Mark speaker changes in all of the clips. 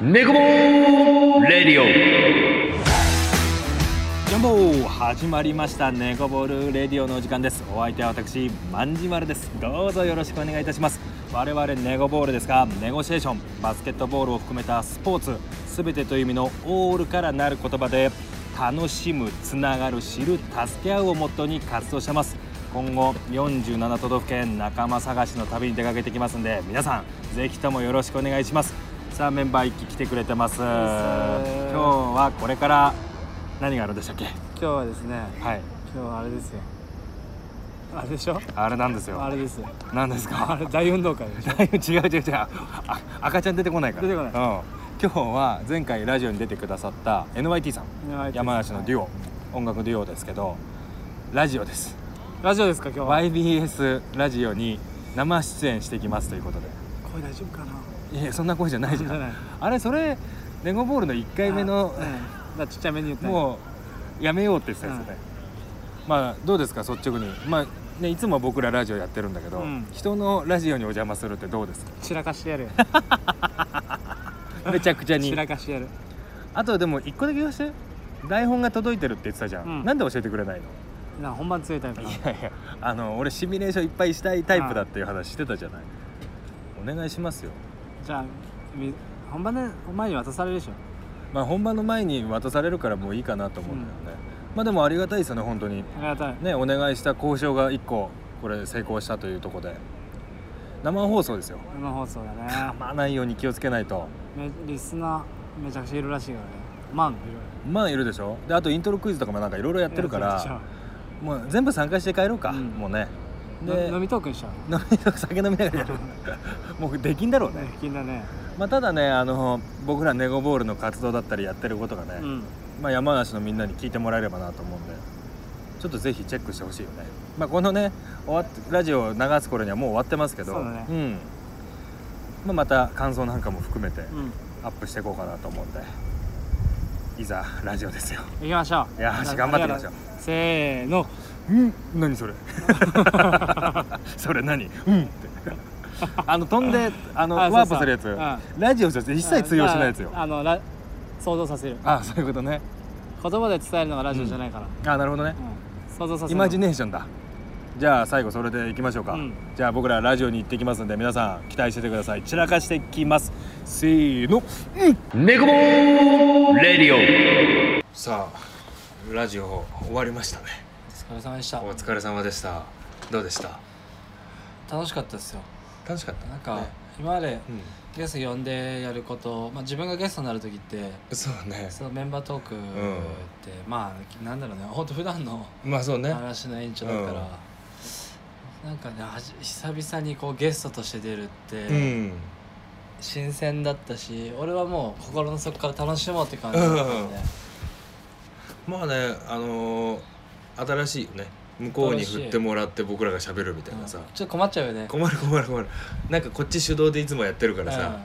Speaker 1: ネコボーレディ
Speaker 2: ジャンボ始まりましたネコボールレディオのお時間ですお相手は私まんじまるですどうぞよろしくお願いいたします我々ネゴボールですがネゴシエーションバスケットボールを含めたスポーツすべてという意味のオールからなる言葉で楽しむつながる知る助け合うをモットーに活動してます今後47都道府県仲間探しの旅に出かけてきますんで皆さんぜひともよろしくお願いしますさあメンバー一期来てくれてます今日はこれから何があるんでしたっけ
Speaker 3: 今日はですね
Speaker 2: はい、
Speaker 3: 今日はあれですよあれでしょ
Speaker 2: あれなんですよ。
Speaker 3: あれですよ
Speaker 2: なんです
Speaker 3: あ
Speaker 2: か。
Speaker 3: れ大運動会でしょ
Speaker 2: 違う違う違う。あ赤ちゃん出てこないから。
Speaker 3: 出てこない
Speaker 2: うん。今日は前回ラジオに出てくださった NYT さん、山梨のデュ
Speaker 3: オ
Speaker 2: オ、音楽デュオですけど、ラジオです。
Speaker 3: ラジオですか今日は
Speaker 2: YBS ラジオに生出演してきますということで。
Speaker 3: 声大丈夫かない
Speaker 2: やそんな声じゃないじゃ
Speaker 3: そんな声
Speaker 2: ん
Speaker 3: じゃ。
Speaker 2: あれそれレゴボールの一回目
Speaker 3: あうん
Speaker 2: の
Speaker 3: だからちっちゃめに言ったう
Speaker 2: もうやめようって言ってたやつで、ねまあどうですか率直にまあねいつも僕らラジオやってるんだけど、
Speaker 3: うん
Speaker 2: 人のラジオにお邪魔するってどう ですか
Speaker 3: 散らかしてやるよ
Speaker 2: めちゃくちゃに
Speaker 3: 散らかしてやる
Speaker 2: あとでも一個だけ言わせて台本が届いてるって言ってたじゃん、
Speaker 3: うん
Speaker 2: なんで教えてくれないの
Speaker 3: な本番強いタイプない
Speaker 2: やいやあの俺シミュレーションいっぱいしたいタイプだっていう話してたじゃないお願いしますよ
Speaker 3: じゃあみ本番で前に渡されるでしょ
Speaker 2: まあ本番の前に渡されるからもういいかなと思うんだよね、まあでもありがたいですよね本当に
Speaker 3: ありがたい
Speaker 2: ねお願いした交渉が1個これ成功したというところで生放送ですよ
Speaker 3: 生放送だね
Speaker 2: 噛まないように気をつけないと
Speaker 3: めリスナーめちゃくちゃいるらしいからねまあいる
Speaker 2: まあいるでしょであとイントロクイズとかもなんかいろいろやってるからもう全部参加して帰ろうか、
Speaker 3: うん
Speaker 2: もうねで
Speaker 3: で飲みトークにしちゃう
Speaker 2: 飲み酒飲みなが らやるもうできんだろうね、
Speaker 3: ね気になるね
Speaker 2: まあ、ただねあの僕らネゴボールの活動だったりやってることがね、
Speaker 3: うん
Speaker 2: まあ、山梨のみんなに聞いてもらえればなと思うんでちょっとぜひチェックしてほしいよね、まあ、このね終わっラジオを流す頃にはもう終わってますけど
Speaker 3: そうだね
Speaker 2: んまあ、また感想なんかも含めて
Speaker 3: うん
Speaker 2: アップしていこうかなと思うんでいざラジオですよ
Speaker 3: 行きましょう
Speaker 2: いやーし頑張っていきましょう
Speaker 3: せーの
Speaker 2: うん 何それそれ何うんってあの飛んであの
Speaker 3: あそうそう
Speaker 2: ワープするやつ、
Speaker 3: う
Speaker 2: ラジオじゃ一切通用しないやつよ
Speaker 3: ああのら想像させる
Speaker 2: あそういうことね
Speaker 3: 言葉で伝えるのがラジオじゃないから、
Speaker 2: あなるほどね
Speaker 3: うん想像させる
Speaker 2: イマジネーションだじゃあ最後それでいきましょうか、
Speaker 3: うん
Speaker 2: じゃあ僕らラジオに行ってきますんで皆さん期待しててください散らかしてきますせーの
Speaker 1: オネコボーレディオ
Speaker 2: さあラジオ終わりましたね
Speaker 3: お疲れ様でした
Speaker 2: お疲れ様でしたどうでした
Speaker 3: 楽しかったですよ
Speaker 2: 楽しかった
Speaker 4: なんか、
Speaker 2: ね
Speaker 4: 今まで
Speaker 2: うん
Speaker 4: ゲスト呼んでやること、まあ、自分がゲストになる時って
Speaker 2: そうね
Speaker 4: そのメンバートークって、まあなんだろうねほんと普段の
Speaker 2: まあそうね
Speaker 4: 話の延長だから、なんかねはじ久々にこうゲストとして出るっ
Speaker 2: う
Speaker 4: て
Speaker 2: ん
Speaker 4: 新鮮だったし、俺はもう心の底から楽しもうって感じだったんで、
Speaker 2: まあねあのー新しいよね向こうに振ってもらって僕らが喋るみたいなさ
Speaker 4: うんちょっと困っちゃうよね
Speaker 2: 困る困る困るなんかこっち主導でいつもやってるからさ、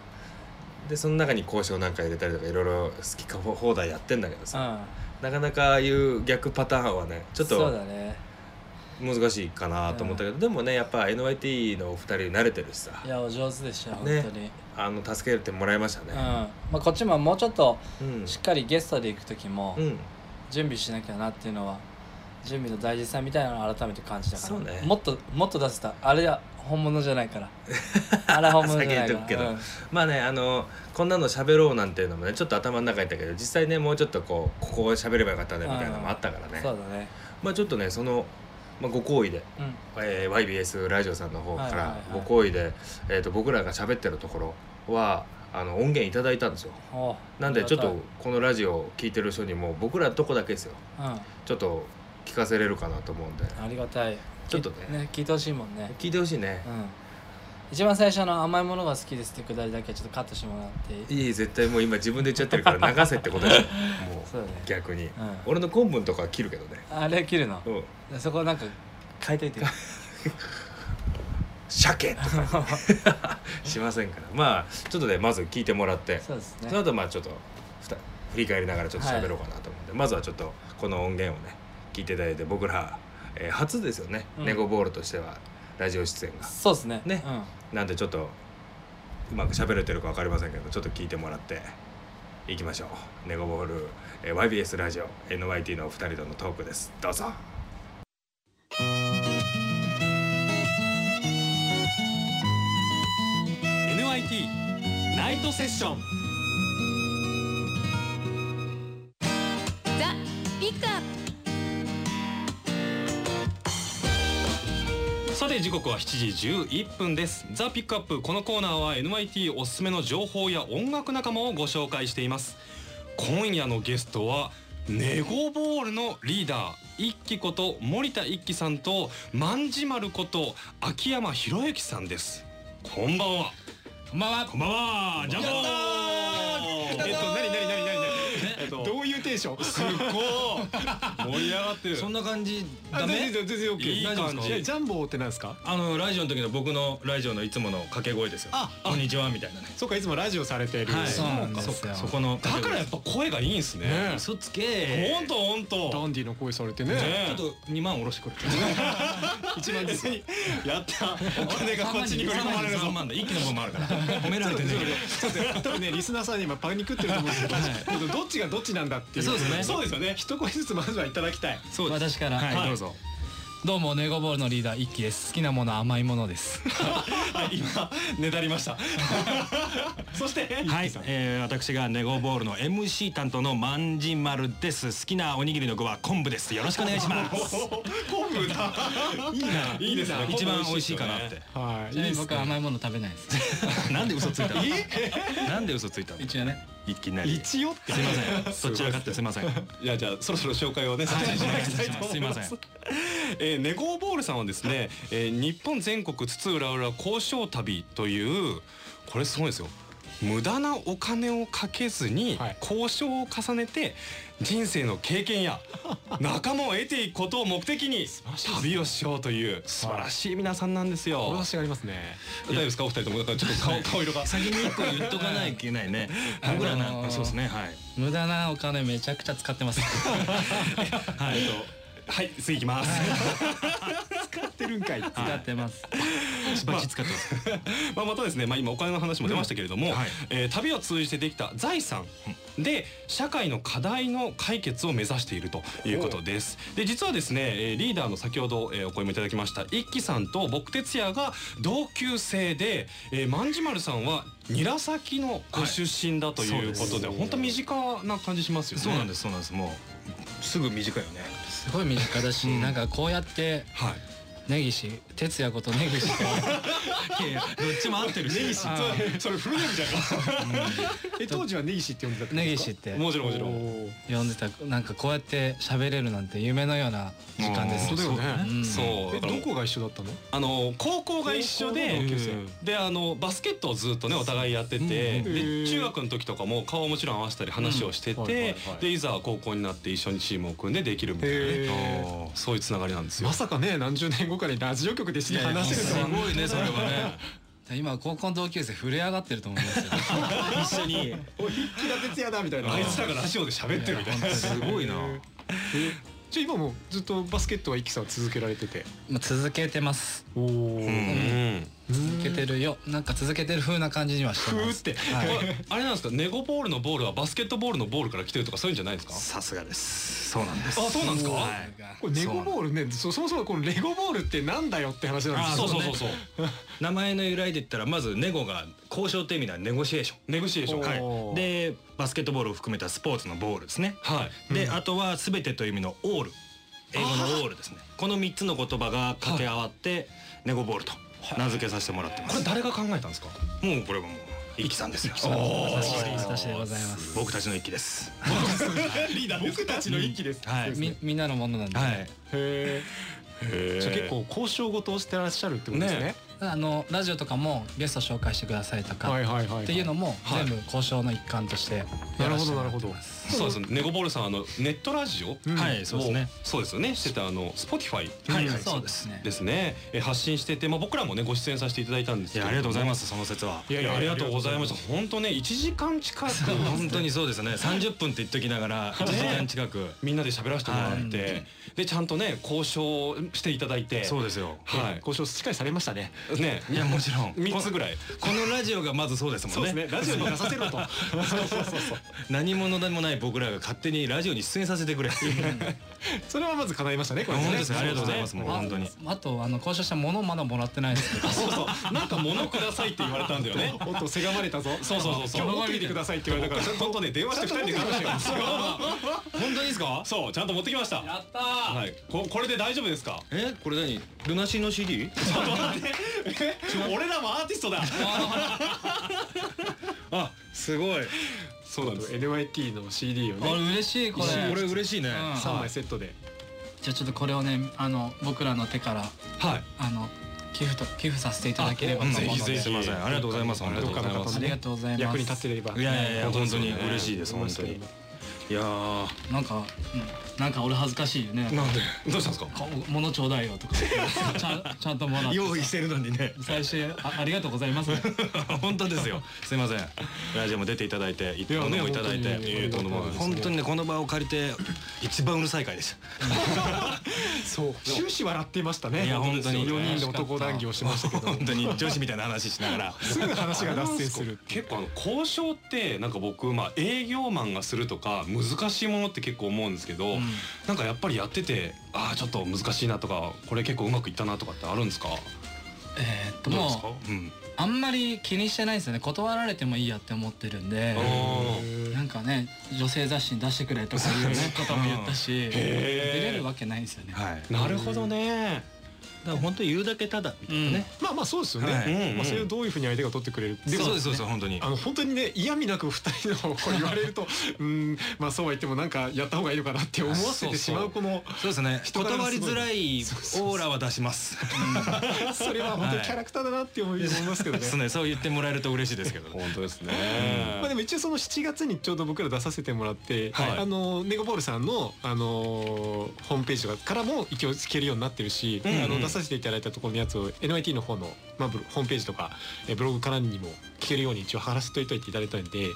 Speaker 2: でその中に交渉なんか入れたりとかいろいろ好きか放題やってんだけど
Speaker 4: うん、
Speaker 2: さ、
Speaker 4: うん
Speaker 2: なかなかああいう逆パターンはねちょっ
Speaker 4: そ
Speaker 2: と
Speaker 4: うだね
Speaker 2: 難しいかなと思ったけど、でもねやっぱ NYT のお二人慣れてるしさ
Speaker 4: いやお上手でした、
Speaker 2: ね
Speaker 4: 本当に、
Speaker 2: あの助けてもらいました
Speaker 4: うん
Speaker 2: ね。
Speaker 4: まあ、こっちももうちょっと
Speaker 2: うん
Speaker 4: しっかりゲストで行く時も、
Speaker 2: うん
Speaker 4: 準備しなきゃなっていうのは準備の大事さみたいなのを改めて感じたから
Speaker 2: そうね
Speaker 4: もっともっと出せたあれは本物じゃないから あれは本物じゃない
Speaker 2: 先に言っとくけ
Speaker 4: か
Speaker 2: ど
Speaker 4: ら、うん
Speaker 2: まあねあのこんなの喋ろうなんていうのもねちょっと頭の中にいたけど実際ねもうちょっとこうここを喋ればよかったねみたいなのもあったからね、
Speaker 4: そうだね
Speaker 2: まあちょっとねその、まあ、ご好意で、
Speaker 4: うん
Speaker 2: えー YBS ラジオさんの方か
Speaker 4: はいはい
Speaker 2: ら
Speaker 4: はい
Speaker 2: ご好意で、えー、と僕らが喋ってるところはあの音源いただいたんですよ。
Speaker 4: おう
Speaker 2: なんでちょっ
Speaker 4: う
Speaker 2: と
Speaker 4: ん
Speaker 2: このラジオを聞いてる人にも僕らのとこだけですよ
Speaker 4: あ
Speaker 2: ちょっと聞かせれるかなと思うんで
Speaker 4: りがたい
Speaker 2: ちょっとね
Speaker 4: き聞いてほしいもんね
Speaker 2: 聞いてほしいね
Speaker 4: う、ん一番最初の甘いものが好きですってくだりだけちょっとカットしてもらっていい
Speaker 2: いい絶対もう今自分で言っちゃってる から流せってことでしょも
Speaker 4: そうだね
Speaker 2: う逆に、
Speaker 4: ん
Speaker 2: 俺の昆布のとかは切るけどね
Speaker 4: あれ切るの
Speaker 2: うん
Speaker 4: そこなんか変えといてよ
Speaker 2: 鮭とかねしませんからまあちょっとねまず聞いてもらって
Speaker 4: そうですね
Speaker 2: その後まあちょっとふた振り返りながらちょっと喋ろうかなと思って、まずはちょっとこの音源をね聞いていただいて僕ら、えー初ですよね、
Speaker 4: うん
Speaker 2: ネゴボールとしてはラジオ出演が
Speaker 4: そうですね
Speaker 2: ね
Speaker 4: うん
Speaker 2: なんでちょっとうまく喋れてるか分かりませんけどちょっと聞いてもらって
Speaker 5: いきましょうネゴボール、えー YBS ラジオ NYT のお二人とのトークですどうぞ
Speaker 6: ザ・ピックアッ
Speaker 2: さて時刻は7時11分です「ザ・ピックアップこのコーナーは NYT おすすめの情報や音楽仲間をご紹介しています今夜のゲストはネゴボールのリーダー一輝こと森田一輝さんと万事丸こと秋山博之さんですこんばんはこんばんはこんばんはジャンボえっと何何何何何えっと
Speaker 5: どういうテンション
Speaker 2: すっごい盛り上がってる
Speaker 7: そんな感じ
Speaker 5: あ
Speaker 7: ダメ
Speaker 5: 全然全然 OK
Speaker 2: いい感じ
Speaker 5: えジャンボーってなんですか
Speaker 2: あのラジオの時の僕のラジオのいつもの掛け声ですよ
Speaker 7: あ
Speaker 2: こんにちはみたいなね
Speaker 5: そうかいつもラジオされてる、
Speaker 2: はい
Speaker 7: そうなんですよ
Speaker 2: そっかそこのだからやっぱ声がいいんすね
Speaker 7: 嘘つけ
Speaker 2: ほんとほん
Speaker 5: ダ
Speaker 2: と
Speaker 5: ンディの声されてね
Speaker 2: ね
Speaker 7: ちょっと2万下ろしてくれ
Speaker 5: 一番です
Speaker 2: やったお金がこっちに振り込まれる3万だ一気の分もあるから
Speaker 7: 褒められてんだけど
Speaker 5: 多分ねリスナーさんに今パニックってると思うんですけど、どっちがどっちなんだっていう
Speaker 7: そうですね
Speaker 5: そうですよね一声ずつまずはいただきたい
Speaker 2: そうです
Speaker 4: 私から、
Speaker 2: はい
Speaker 4: はい
Speaker 2: どうぞ
Speaker 4: どうもネゴボールのリーダー一輝です好きなものは甘いものです
Speaker 2: はい今ねだりま した
Speaker 5: そして
Speaker 2: はい、えー、私がネゴボールの MC 担当の万事丸です好きなおにぎりの具は昆布ですよろしくお願いし ます
Speaker 5: 昆布だいいない
Speaker 2: いいですね一番美味しいかなっ
Speaker 5: っててはい
Speaker 4: ちなみに僕は甘いもの食べないです
Speaker 2: なんで嘘ついたのなんで嘘ついたの
Speaker 4: 一応ね
Speaker 2: 一気になり
Speaker 5: 一応って
Speaker 2: すいません。そちら勝手すいません。はい
Speaker 5: やじゃあそろそろ紹介をねさせていただきたいと思
Speaker 2: すい
Speaker 5: い
Speaker 2: ま
Speaker 5: ま
Speaker 2: せん
Speaker 5: す。
Speaker 2: えー、ネゴーボールさんはですね、えー、日本全国津々浦々交渉旅というこれすごいですよ。無駄なお金をかけずに
Speaker 5: はい
Speaker 2: 交渉を重ねて人生の経験 や仲間を得ていくことを目的に旅をしようという素晴らしい皆さんなんですよ。
Speaker 5: こ
Speaker 2: 大
Speaker 5: れは
Speaker 2: 丈
Speaker 5: しがありますね
Speaker 2: 夫ですかお二人ともなんかちょっと顔顔色が先に一個言っとかないといけないね。僕らなんかそうですねはい。
Speaker 4: 無駄なお金めちゃくちゃ使ってます
Speaker 2: はい、えっと、はい、次行きます。
Speaker 5: てるんかい
Speaker 4: 使ってます
Speaker 2: バチ使ってます。 まあ、またですね、まあ、今お金の話も出ましたけれども、えー旅を通じてできた財産。で、社会の課題の解決を目指しているということです。で、実はですね、えーリーダーの先ほど、えーお声もいただきました。一輝さんと僕哲也が同級生で、えー、万事丸さんは。韮崎のご出身だということで、本当身近な感じしますよね。。
Speaker 7: そうなんですすそうなんですもうすぐ短いよね
Speaker 4: すごい身近だし、なんかこうやって
Speaker 2: はい。
Speaker 4: 根岸哲也こと根岸が
Speaker 7: いやどっちも合ってるし
Speaker 5: それそれフルネームじゃんかえ当時はネギシって呼んでたってこと
Speaker 4: 根
Speaker 5: です
Speaker 4: 岸
Speaker 5: か
Speaker 4: って
Speaker 2: もちろん、もちろん。
Speaker 5: おー
Speaker 4: 呼んでたなんかこうやって喋れるなんて夢のような時間です
Speaker 5: そうだよね
Speaker 4: ん
Speaker 2: そう、
Speaker 5: え
Speaker 2: だから
Speaker 5: どこが一緒だったの
Speaker 2: あの高校が一緒で
Speaker 5: 高校の同級生
Speaker 2: うんであのバスケットをずっとねお互いやってて、
Speaker 5: うんへ
Speaker 2: で
Speaker 5: ー
Speaker 2: 中学の時とかも顔もちろん合わせたり話をしてて、
Speaker 5: うんはいはいはい
Speaker 2: でいざ高校になって一緒にチームを組んでできるみたいなね、
Speaker 5: へー
Speaker 2: あーそういうつながりなんですよ
Speaker 5: ま。さかね何十年後かにラジオ局で知り話せる
Speaker 7: す
Speaker 5: とは
Speaker 7: ごいねそれはね
Speaker 4: 今高校の同級生震え上がってると思いますよ
Speaker 7: 一緒に
Speaker 5: おひっきだ徹夜だみたいな
Speaker 2: あいつらがラジオで喋ってるみたいな。
Speaker 7: すごいな
Speaker 5: じゃあ今もずっとバスケットは一輝さんは続けられてて
Speaker 4: まあ続けてます
Speaker 5: おお、
Speaker 2: うん
Speaker 4: 続けてるよなんか続けてる風な感じにはしてます
Speaker 5: ふーって
Speaker 4: はい、
Speaker 2: あれなんですかネゴボールのボールはバスケットボールのボールから来てるとかそういうんじゃないですか
Speaker 7: さすがですそうなんです
Speaker 2: あそうなんですか
Speaker 7: はい
Speaker 5: これレゴボールねそそもそもこのレゴボールってなんだよって話なんです
Speaker 7: あ
Speaker 2: そ
Speaker 5: よ
Speaker 2: う
Speaker 7: ー
Speaker 2: そう
Speaker 7: そう
Speaker 2: そ
Speaker 7: ね
Speaker 2: うそう
Speaker 7: 名前の由来で言ったらまずネゴが交渉って意味ではネゴシエーション
Speaker 2: ネゴシエーション
Speaker 7: は
Speaker 5: おー
Speaker 7: い、でバスケットボールを含めたスポーツのボールですね、
Speaker 2: はい
Speaker 7: であとは全てという意味のオール英語のオールですねこの3つの言葉が掛け合わってネゴボールと名付けさせてもらってま
Speaker 2: これ
Speaker 7: す
Speaker 2: 誰が考えたんですか
Speaker 7: もうこれはもう一輝さんですよ
Speaker 4: 私私でございます
Speaker 7: 僕たちの一輝です
Speaker 5: リーダー僕たちの一輝です、
Speaker 7: はい
Speaker 4: みみんなのものなんで、
Speaker 7: はい
Speaker 5: へえ
Speaker 2: じ
Speaker 5: じ
Speaker 2: ゃ
Speaker 5: ゃ
Speaker 2: あ
Speaker 5: あ
Speaker 2: 結
Speaker 5: 結
Speaker 2: 構
Speaker 5: 構交渉事をしてらっしゃるってことですね
Speaker 2: ね
Speaker 4: あのラジオとかもゲスト紹介してくださいとか、
Speaker 5: はいはいはいは、
Speaker 4: っていうのも
Speaker 2: はい
Speaker 4: 全部交渉の一環としてやらせてもらってます
Speaker 2: そうですねネゴボールさんあのネットラジオ
Speaker 5: うん
Speaker 7: はいそうですね
Speaker 2: そうですよねしてたあの Spotify
Speaker 7: は
Speaker 4: はいい
Speaker 7: はい
Speaker 4: そうですね
Speaker 2: ですね、えー発信してて、まあ、僕らもねご出演させていただいたんです
Speaker 7: い
Speaker 2: け
Speaker 7: や
Speaker 2: ど
Speaker 7: ありがとうございますすその説はい
Speaker 5: やいや
Speaker 2: ありがとうございました本当ね1時間近く
Speaker 7: 本当にそうですね30分って言っときながら1時間近く
Speaker 2: みんなで喋らせてもらって、でちゃんとね交渉していただいて
Speaker 7: そうですよ
Speaker 2: はい
Speaker 5: 交渉しっかりされましたね
Speaker 7: ね
Speaker 2: いやもちろん
Speaker 7: 三つぐらい
Speaker 2: このラジオがまずそうですもんね
Speaker 7: そうですねラジオに出させろとそうそうそうそう
Speaker 2: 何者でもない僕らが勝手にラジオに出演させてくれ
Speaker 7: それはまず叶いましたねこれ
Speaker 2: 本当ですねありがとうございます
Speaker 7: そ
Speaker 2: もう
Speaker 7: ね
Speaker 2: 本当に
Speaker 4: あとあの交渉したものまだもらってないですけど
Speaker 7: あそうそうなんか物くださいって言われたんだよね
Speaker 2: おっとせがまれたぞそうそうそうそう
Speaker 7: 今日持ってきてくださいって言われたからちゃんとね電話して二人で話してますよ
Speaker 2: 本当ですか
Speaker 7: そうちゃんと持ってきました
Speaker 4: やった
Speaker 7: はいここれで大丈夫ですか
Speaker 2: えこれ何ルナシーの CD?
Speaker 7: ちょっと待って俺らもアーティストだ
Speaker 2: あすごい
Speaker 7: そうなんです
Speaker 5: NYT の CD を
Speaker 4: こ
Speaker 5: ね
Speaker 4: れ嬉しいこれ
Speaker 2: これ嬉しいね
Speaker 4: うん
Speaker 5: 3枚セットで
Speaker 4: じゃあちょっとこれをねあの僕らの手から
Speaker 7: はい
Speaker 4: あの寄付と寄付させていただければと
Speaker 2: うん
Speaker 4: 思う
Speaker 2: ぜ
Speaker 4: の
Speaker 2: ひ
Speaker 4: で
Speaker 2: ぜひすいませんありがとうございます本当に
Speaker 5: どっかの方
Speaker 4: あ
Speaker 5: の
Speaker 4: りが
Speaker 5: ね
Speaker 4: とうございます
Speaker 5: 役に立てれば
Speaker 2: いやいやいや本当に
Speaker 7: 本当に
Speaker 2: 嬉しいです本当にいやー
Speaker 4: なんか、うん、なんか俺恥ずかしいよね
Speaker 2: なんでどうしたんですか
Speaker 4: こ物ちょうだいよとかちゃんちゃんともらって
Speaker 2: 用意してるのにね
Speaker 4: 最初あありがとうございます、
Speaker 2: 本当ですよすいませんラジオも出ていただいて一本でもいただいて
Speaker 5: いやね
Speaker 2: 本当に本当にねこの場を借りて一番うるさい回でし
Speaker 5: そう終始笑ってましたね
Speaker 2: いや本当に
Speaker 5: 4人で男談義をしてましたたけど
Speaker 2: 本当に女子みたいな話しながら
Speaker 5: すぐ話が脱線するっていう
Speaker 7: 結構あの交渉ってなんか僕まあ営業マンがするとか難しいものって結構思うんですけど、
Speaker 4: うん
Speaker 7: なんかやっぱりやっててああちょっと難しいなとかこれ結構うまくいったなとかってあるんですか
Speaker 4: えーっと
Speaker 7: どうで
Speaker 4: も
Speaker 7: す
Speaker 4: う
Speaker 7: かうん
Speaker 4: あんまり気にしてないんですよね断られてもいいやって思ってるんで
Speaker 7: あー
Speaker 4: なんかね女性雑誌に出してくれとかいうねことも言ったし
Speaker 7: へー
Speaker 4: 出れるわけないんですよね
Speaker 2: はい
Speaker 7: なるほどね
Speaker 2: だから本当に言うだけただみたいなね
Speaker 5: まあまあそうですよね、
Speaker 2: はい
Speaker 5: うんまあ、それをどういうふうに相手が取ってくれるでも
Speaker 2: そうですそうです本当に
Speaker 5: あの本当にね嫌味なく二人のこう言われるとうんまあそうは言ってもなんかやった方がいいのかなって思わせてしまうこの
Speaker 2: そうですね
Speaker 5: 人柄が
Speaker 2: 断
Speaker 5: す
Speaker 2: り
Speaker 5: ごい
Speaker 2: づらい
Speaker 5: そうそうそう
Speaker 2: オーラは出します
Speaker 5: それは本当にキャラクターだなって思いますけどね
Speaker 2: そう。ねそう言ってもらえると嬉しいですけどね
Speaker 7: 本当ですね、
Speaker 5: まあでも一応その7月にちょうど僕ら出させてもらって、
Speaker 7: はい
Speaker 5: あのネゴボールさんのあのーホームページとかからも一応聞けるようになってるし、
Speaker 2: うんうん
Speaker 5: あの出させていただいたところのやつを NIT の方のまあブロホームページとかえブログからにも聞けるように一応貼らせておいていただいたんで、
Speaker 2: はい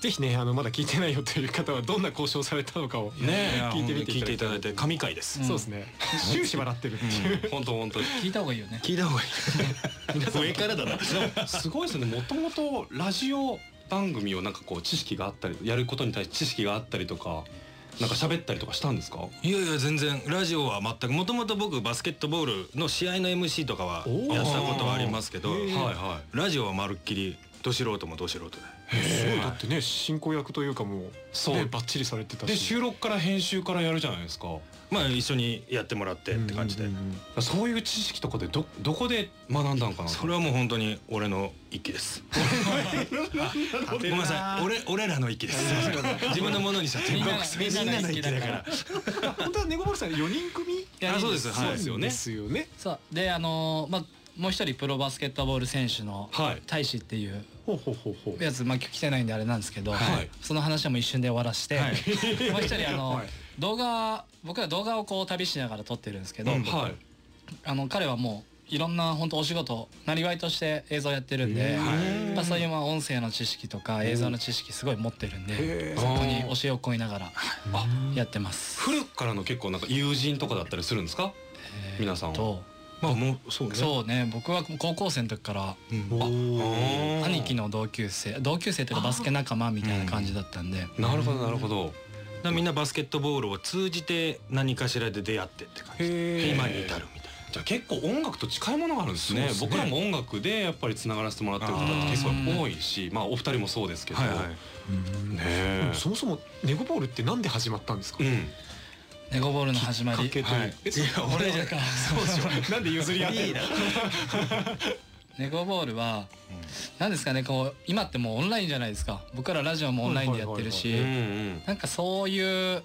Speaker 5: ぜひねあのまだ聞いてないよという方はどんな交渉されたのかを、
Speaker 2: ね
Speaker 5: 聞いてみ
Speaker 2: 聞いて
Speaker 5: て
Speaker 2: い
Speaker 5: い
Speaker 2: た
Speaker 5: た
Speaker 2: だ
Speaker 5: だ
Speaker 2: い
Speaker 5: い
Speaker 2: て神回です
Speaker 4: うん
Speaker 5: そうですね終始笑ってるっていう、
Speaker 7: 本当本当
Speaker 4: 聞いた方がいいよね
Speaker 2: 聞いた方がいい 上からだな
Speaker 7: すごいですね。もともとラジオ番組をなんかこう知識があったり、やることに対して知識があったりとか、なんか喋ったりとかしたんですか？
Speaker 2: いやいや全然ラジオは全くもともと僕バスケットボールの試合の MC とかは
Speaker 5: おー
Speaker 2: やったことはありますけど、
Speaker 5: へー
Speaker 2: はいはい、ラジオはまるっきりど素人もど素人で
Speaker 5: すごいだってね進行役というかもう
Speaker 7: そう
Speaker 5: ねバッチリされてたし
Speaker 7: で収録から編集からやるじゃないですか。
Speaker 2: まあ一緒にやってもらってって感じで、
Speaker 5: うんうんうん
Speaker 7: そういう知識とかでどどこで学んだんかな。
Speaker 2: それはもう本当に俺の一気ですごめんなさい俺俺らの一気です自分のものにしちゃって
Speaker 4: みんな
Speaker 2: みんなの一気だから
Speaker 5: 本当はネゴボールさん4人組
Speaker 4: ら
Speaker 2: あそうですはい
Speaker 7: ですよね
Speaker 5: ですよね
Speaker 4: そうであのーまあもう一人プロバスケットボール選手の
Speaker 7: はい。
Speaker 4: 大使っていう
Speaker 5: ほうほうほうほう
Speaker 4: やつまあ今日来てないんであれなんですけど、
Speaker 7: はい
Speaker 4: その話はもう一瞬で終わらして、
Speaker 2: はい
Speaker 4: もう一人あの、
Speaker 5: はい
Speaker 4: 動画僕ら動画をこう旅しながら撮ってるんですけど、
Speaker 2: うん
Speaker 7: はい。
Speaker 4: あの彼はもういろんな本当お仕事なりわいとして映像やってるんで、やっぱそういうまあ音声の知識とか映像の知識すごい持ってるんで、そこに教えをこいながらやってます。
Speaker 7: 古くからの結構なんか友人とかだったりするんですか？皆さんは
Speaker 4: と
Speaker 2: まあもうそうね
Speaker 4: そうね僕は高校生の時から
Speaker 7: あ
Speaker 4: 兄貴の同級生同級生というかバスケ仲間みたいな感じだったんで、
Speaker 7: なるほどなるほど。
Speaker 2: だからみんなバスケットボールを通じて何かしらで出会ってって感じで今に至るみたい
Speaker 7: じゃあ結構音楽と近いものがあるんですね
Speaker 2: そうですね
Speaker 7: 僕らも音楽でやっぱり繋がらせてもらってる方って結構多いしまあお二人もそうですけど、
Speaker 2: な、はいはい、
Speaker 7: ねえ
Speaker 5: そもそもネゴボールってなんで始まったんですか
Speaker 7: うん
Speaker 4: ネゴボールの始まり
Speaker 5: けという
Speaker 2: はい
Speaker 5: え
Speaker 4: 俺じゃか
Speaker 5: そうでしょなんで譲り合ってるの
Speaker 4: ネゴボールは何ですかねこう今ってもうオンラインじゃないですか僕らラジオもオンラインでやってるし、
Speaker 7: うんうん
Speaker 4: なんかそういう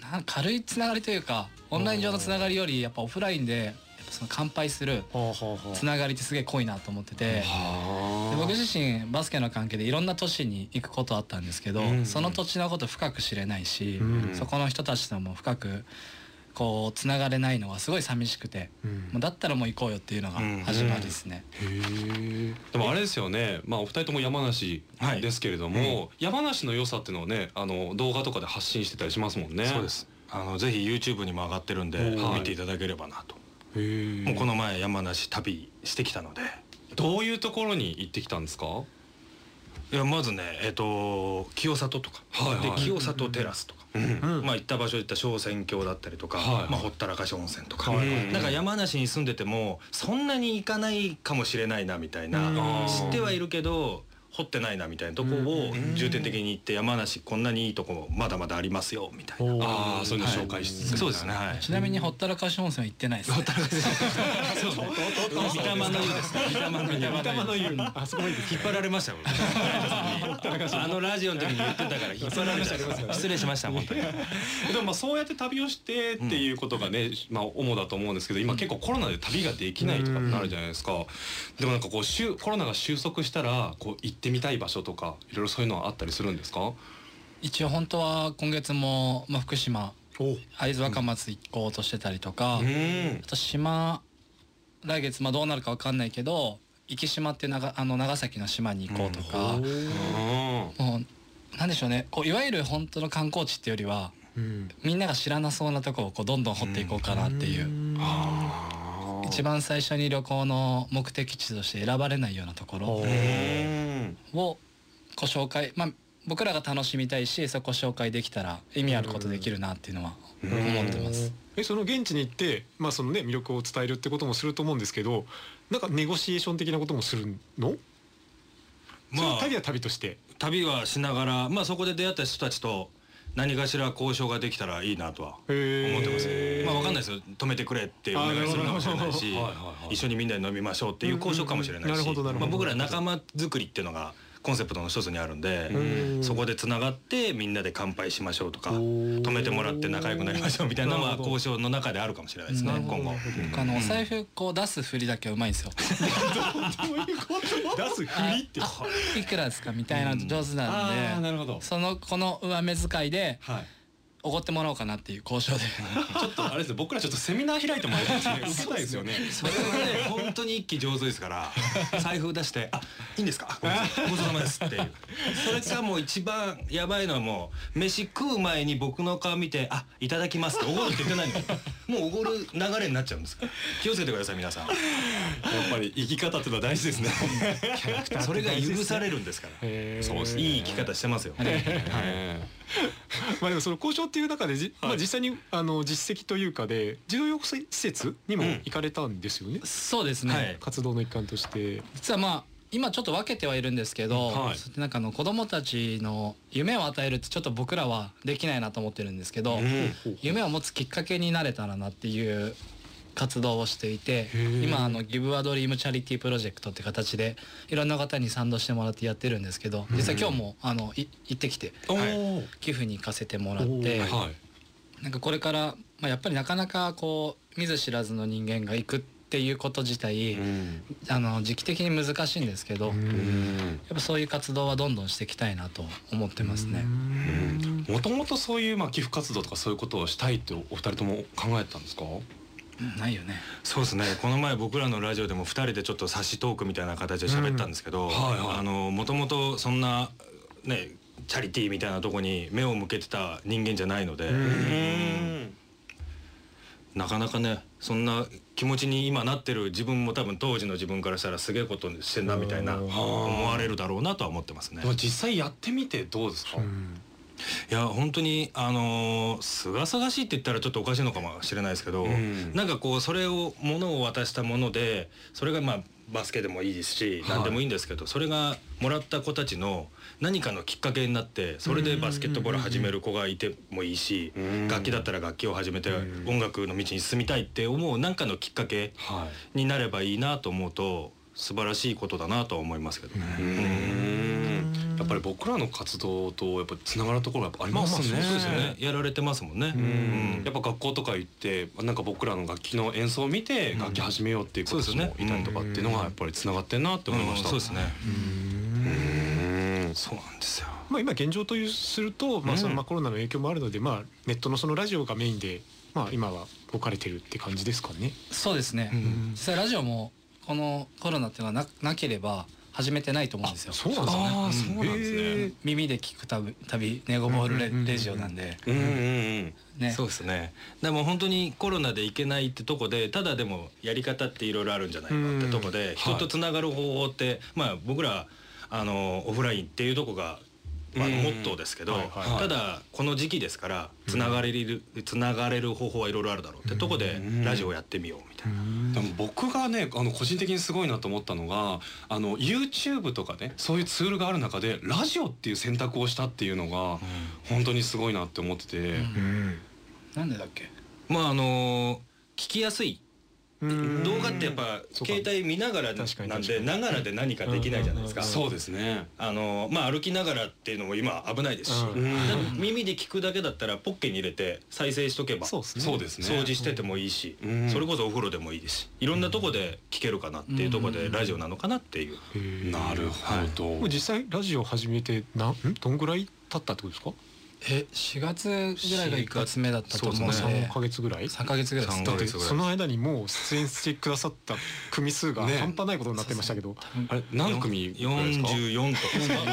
Speaker 4: なん軽いつながりというかオンライン上のつながりよりやっぱオフラインでやっぱその乾杯する
Speaker 5: はあはあは
Speaker 4: つながりってすげえ濃いなと思ってて。で
Speaker 7: は
Speaker 4: 僕自身バスケの関係でいろんな都市に行くことあったんですけど、
Speaker 7: うん
Speaker 4: その土地のこと深く知れないし、
Speaker 5: うん
Speaker 4: そこの人たちとも深くこうつながれないのはすごい寂しくて、
Speaker 5: うん
Speaker 4: もうだったらもう行こうよっていうのが始まりですね。
Speaker 5: へえ
Speaker 7: あでもあれですよねまあお二人とも山梨
Speaker 2: はい
Speaker 7: ですけれども、山梨の良さっていうのをねあの動画とかで発信してたりしますもんね
Speaker 2: そうですあのぜひ YouTube にも上がってるんで
Speaker 7: おー
Speaker 2: 見ていただければなと
Speaker 5: へ
Speaker 2: もうこ
Speaker 5: の
Speaker 2: の前山梨旅してきたので
Speaker 7: どういうところに行ってきたんですか
Speaker 2: いやまずねえっ、と清里とか、
Speaker 7: はいはい
Speaker 2: で清里テラスとか、
Speaker 5: う ん
Speaker 2: まあ行った場所行った昇仙峡だったりとか、
Speaker 7: はいはい
Speaker 2: まあほったらかし温泉とか、
Speaker 7: はいはい
Speaker 2: なんか山梨に住んでてもそんなに行かないかもしれないなみたいな、
Speaker 5: うん
Speaker 2: 知ってはいるけど掘ってないなみたいなとこを
Speaker 7: うん
Speaker 2: 重点的に行って山梨こんなにいいとこまだまだありますよみたいな。
Speaker 7: ああそういうの紹介しつつ、
Speaker 2: そうですね。はい。
Speaker 8: ちなみにほったらかし温泉は行ってないです、ね。
Speaker 2: 三玉の湯です。三玉の湯。
Speaker 7: 三玉の湯あそこまで
Speaker 2: 引っ張られました よ。あのラジオの時に言ってたから引っ張られました。失礼しました本当に。
Speaker 7: でもまあそうやって旅をしてっていうことがね、まあ主だと思うんですけど今結構コロナで旅ができないとかってなるじゃないですか、でもなんかこうしゅコロナが収束したらこう行ってみたい場所とかいろいろそういうのはあったりするんですか
Speaker 8: 一応本当は今月も、まあ、福島
Speaker 7: お
Speaker 8: 会津若松行こうとしてたりとか、
Speaker 7: うん
Speaker 8: あと島来月まあどうなるかわかんないけど生島ってながあの長崎の島に行こうとか、もうなんでしょうねこういわゆる本当の観光地ってよりは
Speaker 5: うん
Speaker 8: みんなが知らなそうなとこをこうどんどん掘っていこうかなっていう、
Speaker 7: あ
Speaker 8: 一番最初に旅行の目的地として選ばれないようなところをご紹介まあ僕らが楽しみたいしそこ紹介できたら意味あることできるなっていうのは思ってます。
Speaker 5: えその現地に行ってまあそのね魅力を伝えるってこともすると思うんですけどなんかネゴシエーション的なこともするのま
Speaker 2: ま
Speaker 5: あ
Speaker 2: あ
Speaker 5: 旅は旅として
Speaker 2: 旅はしながら、まあそこで出会った人たちと何かしら交渉ができたらいいなとは。
Speaker 5: 思
Speaker 2: 思ってますまあわかんないですよ止めてくれってお願いするかもしれないし
Speaker 5: あーなるほど
Speaker 2: 一緒にみんなで飲みましょうっていう交渉かもしれない
Speaker 5: うんうん
Speaker 2: し
Speaker 5: なるほどなるほ
Speaker 2: ま
Speaker 5: ど
Speaker 2: あ僕ら仲間作りっていうのがコンセプトの一つにあるんでそこでつながってみんなで乾杯しましょうとか止めてもらって仲良くなりましょうみたいなのは交渉の中であるかもしれないですね
Speaker 8: なる
Speaker 2: 今後。
Speaker 8: 僕あのお財布こう出す振りだけうまいんですよ。
Speaker 5: 出すふり って
Speaker 8: いくらですかみたいなの上手
Speaker 7: あ
Speaker 8: な
Speaker 7: ー
Speaker 8: んで、
Speaker 7: なるほど
Speaker 8: そのこの上目遣いで
Speaker 7: はい
Speaker 8: おごってもらおうかなっていう交渉で。
Speaker 7: ちょっとあれですね僕らちょっとセミナー開いてもらいたいですね受けたいですよね
Speaker 2: それは ね本当に一気上手ですから財布出して「あいいんですかごめんなさ いごちそうさまです」っていうそれかもう一番やばいのはもう飯食う前に僕の顔見て「あいただきます」っておごるって言ってないのにもうおごる流れになっちゃうんですから気をつけてください皆さん
Speaker 7: やっぱり生き方ってのは大事ですね
Speaker 2: それが許されるんですから
Speaker 7: そうですね
Speaker 2: いい生き方してますよ
Speaker 7: はい
Speaker 5: まあでもその交渉っていう中でじ、
Speaker 7: はい
Speaker 5: まあ、実際にあの実績というかで児童養護施設にも行かれたんですよね、
Speaker 8: そうですね。
Speaker 2: はい
Speaker 5: 活動の一環として。
Speaker 8: 実はまあ今ちょっと分けてはいるんですけど、
Speaker 7: はい
Speaker 8: そうやってなんかあの子供たちの夢を与えるってちょっと僕らはできないなと思ってるんですけど、夢を持つきっかけになれたらなっていう活動をしていて今あのギブアドリームチャリティープロジェクトって形でいろんな方に賛同してもらってやってるんですけど実際今日もあのい行ってきて
Speaker 7: お
Speaker 8: 寄付に行かせてもらって
Speaker 7: ーはい
Speaker 8: なんかこれから、まあ、やっぱりなかなかこう見ず知らずの人間が行くっていうこと自体、あの時期的に難しいんですけど、やっぱそういう活動はどんどんしていきたいなと思ってますね。
Speaker 7: もともとそういうまあ寄付活動とかそういうことをしたいってお二人とも考えてたんですか。
Speaker 8: うんないよね。
Speaker 2: そうですねこの前僕らのラジオでも2人でちょっと差しトークみたいな形で喋ったんですけど、
Speaker 7: んはいはい
Speaker 2: あのもともとそんなねチャリティーみたいなとこに目を向けてた人間じゃないので、なかなかねそんな気持ちに今なってる自分も多分当時の自分からしたらすげえことしてんなみたいな思われるだろうなとは思ってますね
Speaker 7: で。も実際やってみてどうですか。
Speaker 2: いや本当にあのーすがすがしいって言ったらちょっとおかしいのかもしれないですけど、
Speaker 7: ん
Speaker 2: なんかこうそれを物を渡したものでそれがまあバスケでもいいですし、
Speaker 7: はい
Speaker 2: 何でもいいんですけどそれがもらった子たちの何かのきっかけになってそれでバスケットボール始める子がいてもいいし、
Speaker 7: うん
Speaker 2: 楽器だったら楽器を始めて音楽の道に進みたいって思う何かのきっかけ
Speaker 7: は
Speaker 2: になればいいなと思うと素晴らしいことだなとは思いますけどね。
Speaker 7: い。うん。やっぱり僕らの活動とやっぱつながるところはやっぱありますね。
Speaker 2: そうですよね。やられてますもんね。
Speaker 7: うん
Speaker 2: うん
Speaker 7: やっぱ学校とか行ってなんか僕らの楽器の演奏を見て楽器始めようっていう子たちもいたりとかっていうのがやっぱりつながってんなって思いました。
Speaker 2: うんそうですね。
Speaker 7: うん。
Speaker 2: そうなんですよ。
Speaker 5: まあ、今現状というすると、まあ、そのまあコロナの影響もあるので、まあ、ネットのそのラジオがメインで、まあ、今は置かれてるって感じですかね。
Speaker 8: そうですね。実際ラジオもこのコロナっていうのはななければ始めてないと思うんですよ
Speaker 5: そうなんですね
Speaker 7: あーそうなんですね
Speaker 8: 耳で聞くたびたびネゴボールレ,、
Speaker 5: うんうんうんうん
Speaker 8: レジオなんで
Speaker 2: うんうんうん
Speaker 8: ね
Speaker 2: そうですねでも本当にコロナで行けないってとこでただでもやり方っていろいろあるんじゃないかってとこ
Speaker 5: う
Speaker 2: で
Speaker 5: ん
Speaker 2: 人とつながる方法って、まあ僕らあのオフラインっていうとこが、まあ、
Speaker 7: うん
Speaker 2: モットーですけど、
Speaker 5: はいはい
Speaker 2: ただこの時期ですからつながれる、つながれる方法はいろいろあるだろうってとこで
Speaker 7: うん
Speaker 2: ラジオやってみようみたいな。
Speaker 7: でも僕がねあの個人的にすごいなと思ったのがあの YouTube とかねそういうツールがある中でラジオっていう選択をしたっていうのが本当にすごいなって思ってて、
Speaker 8: うん
Speaker 5: うん
Speaker 8: なんでだっけ
Speaker 2: まああの聞きやすい
Speaker 5: うん
Speaker 2: 動画ってやっぱ
Speaker 5: そうか
Speaker 2: 携帯見ながらな
Speaker 5: 確かに
Speaker 2: ん
Speaker 5: 確か
Speaker 2: で
Speaker 5: に
Speaker 2: ながらで何かできないじゃないですか。
Speaker 5: うんうんうん
Speaker 7: そうですね
Speaker 2: あのまあ、歩きながらっていうのも今危ないですし、
Speaker 5: うん
Speaker 2: でも耳で聞くだけだったらポッケに入れて再生しとけば
Speaker 5: そうっすね
Speaker 7: そうですね
Speaker 2: 掃除しててもいいし、
Speaker 7: うん
Speaker 2: それこそお風呂でもいいですしいろんなとこで聞けるかなっていうとこでラジオなのかなっていう、
Speaker 5: へー
Speaker 7: なるほど、
Speaker 5: もう実際ラジオ始めてなんどんぐらい経ったってことですか
Speaker 8: え4月ぐらいが1月目だったと思うので
Speaker 5: そうですね3ヶ月ぐらい
Speaker 8: 3ヶ月ぐらいです
Speaker 2: 三
Speaker 5: だ
Speaker 2: ヶ
Speaker 5: っ
Speaker 2: 月
Speaker 5: てその間にもう出演してくださった組数が
Speaker 7: ね
Speaker 5: 半端ないことになってましたけど、
Speaker 7: あれ何組ぐらいですか
Speaker 2: 44とかですか、は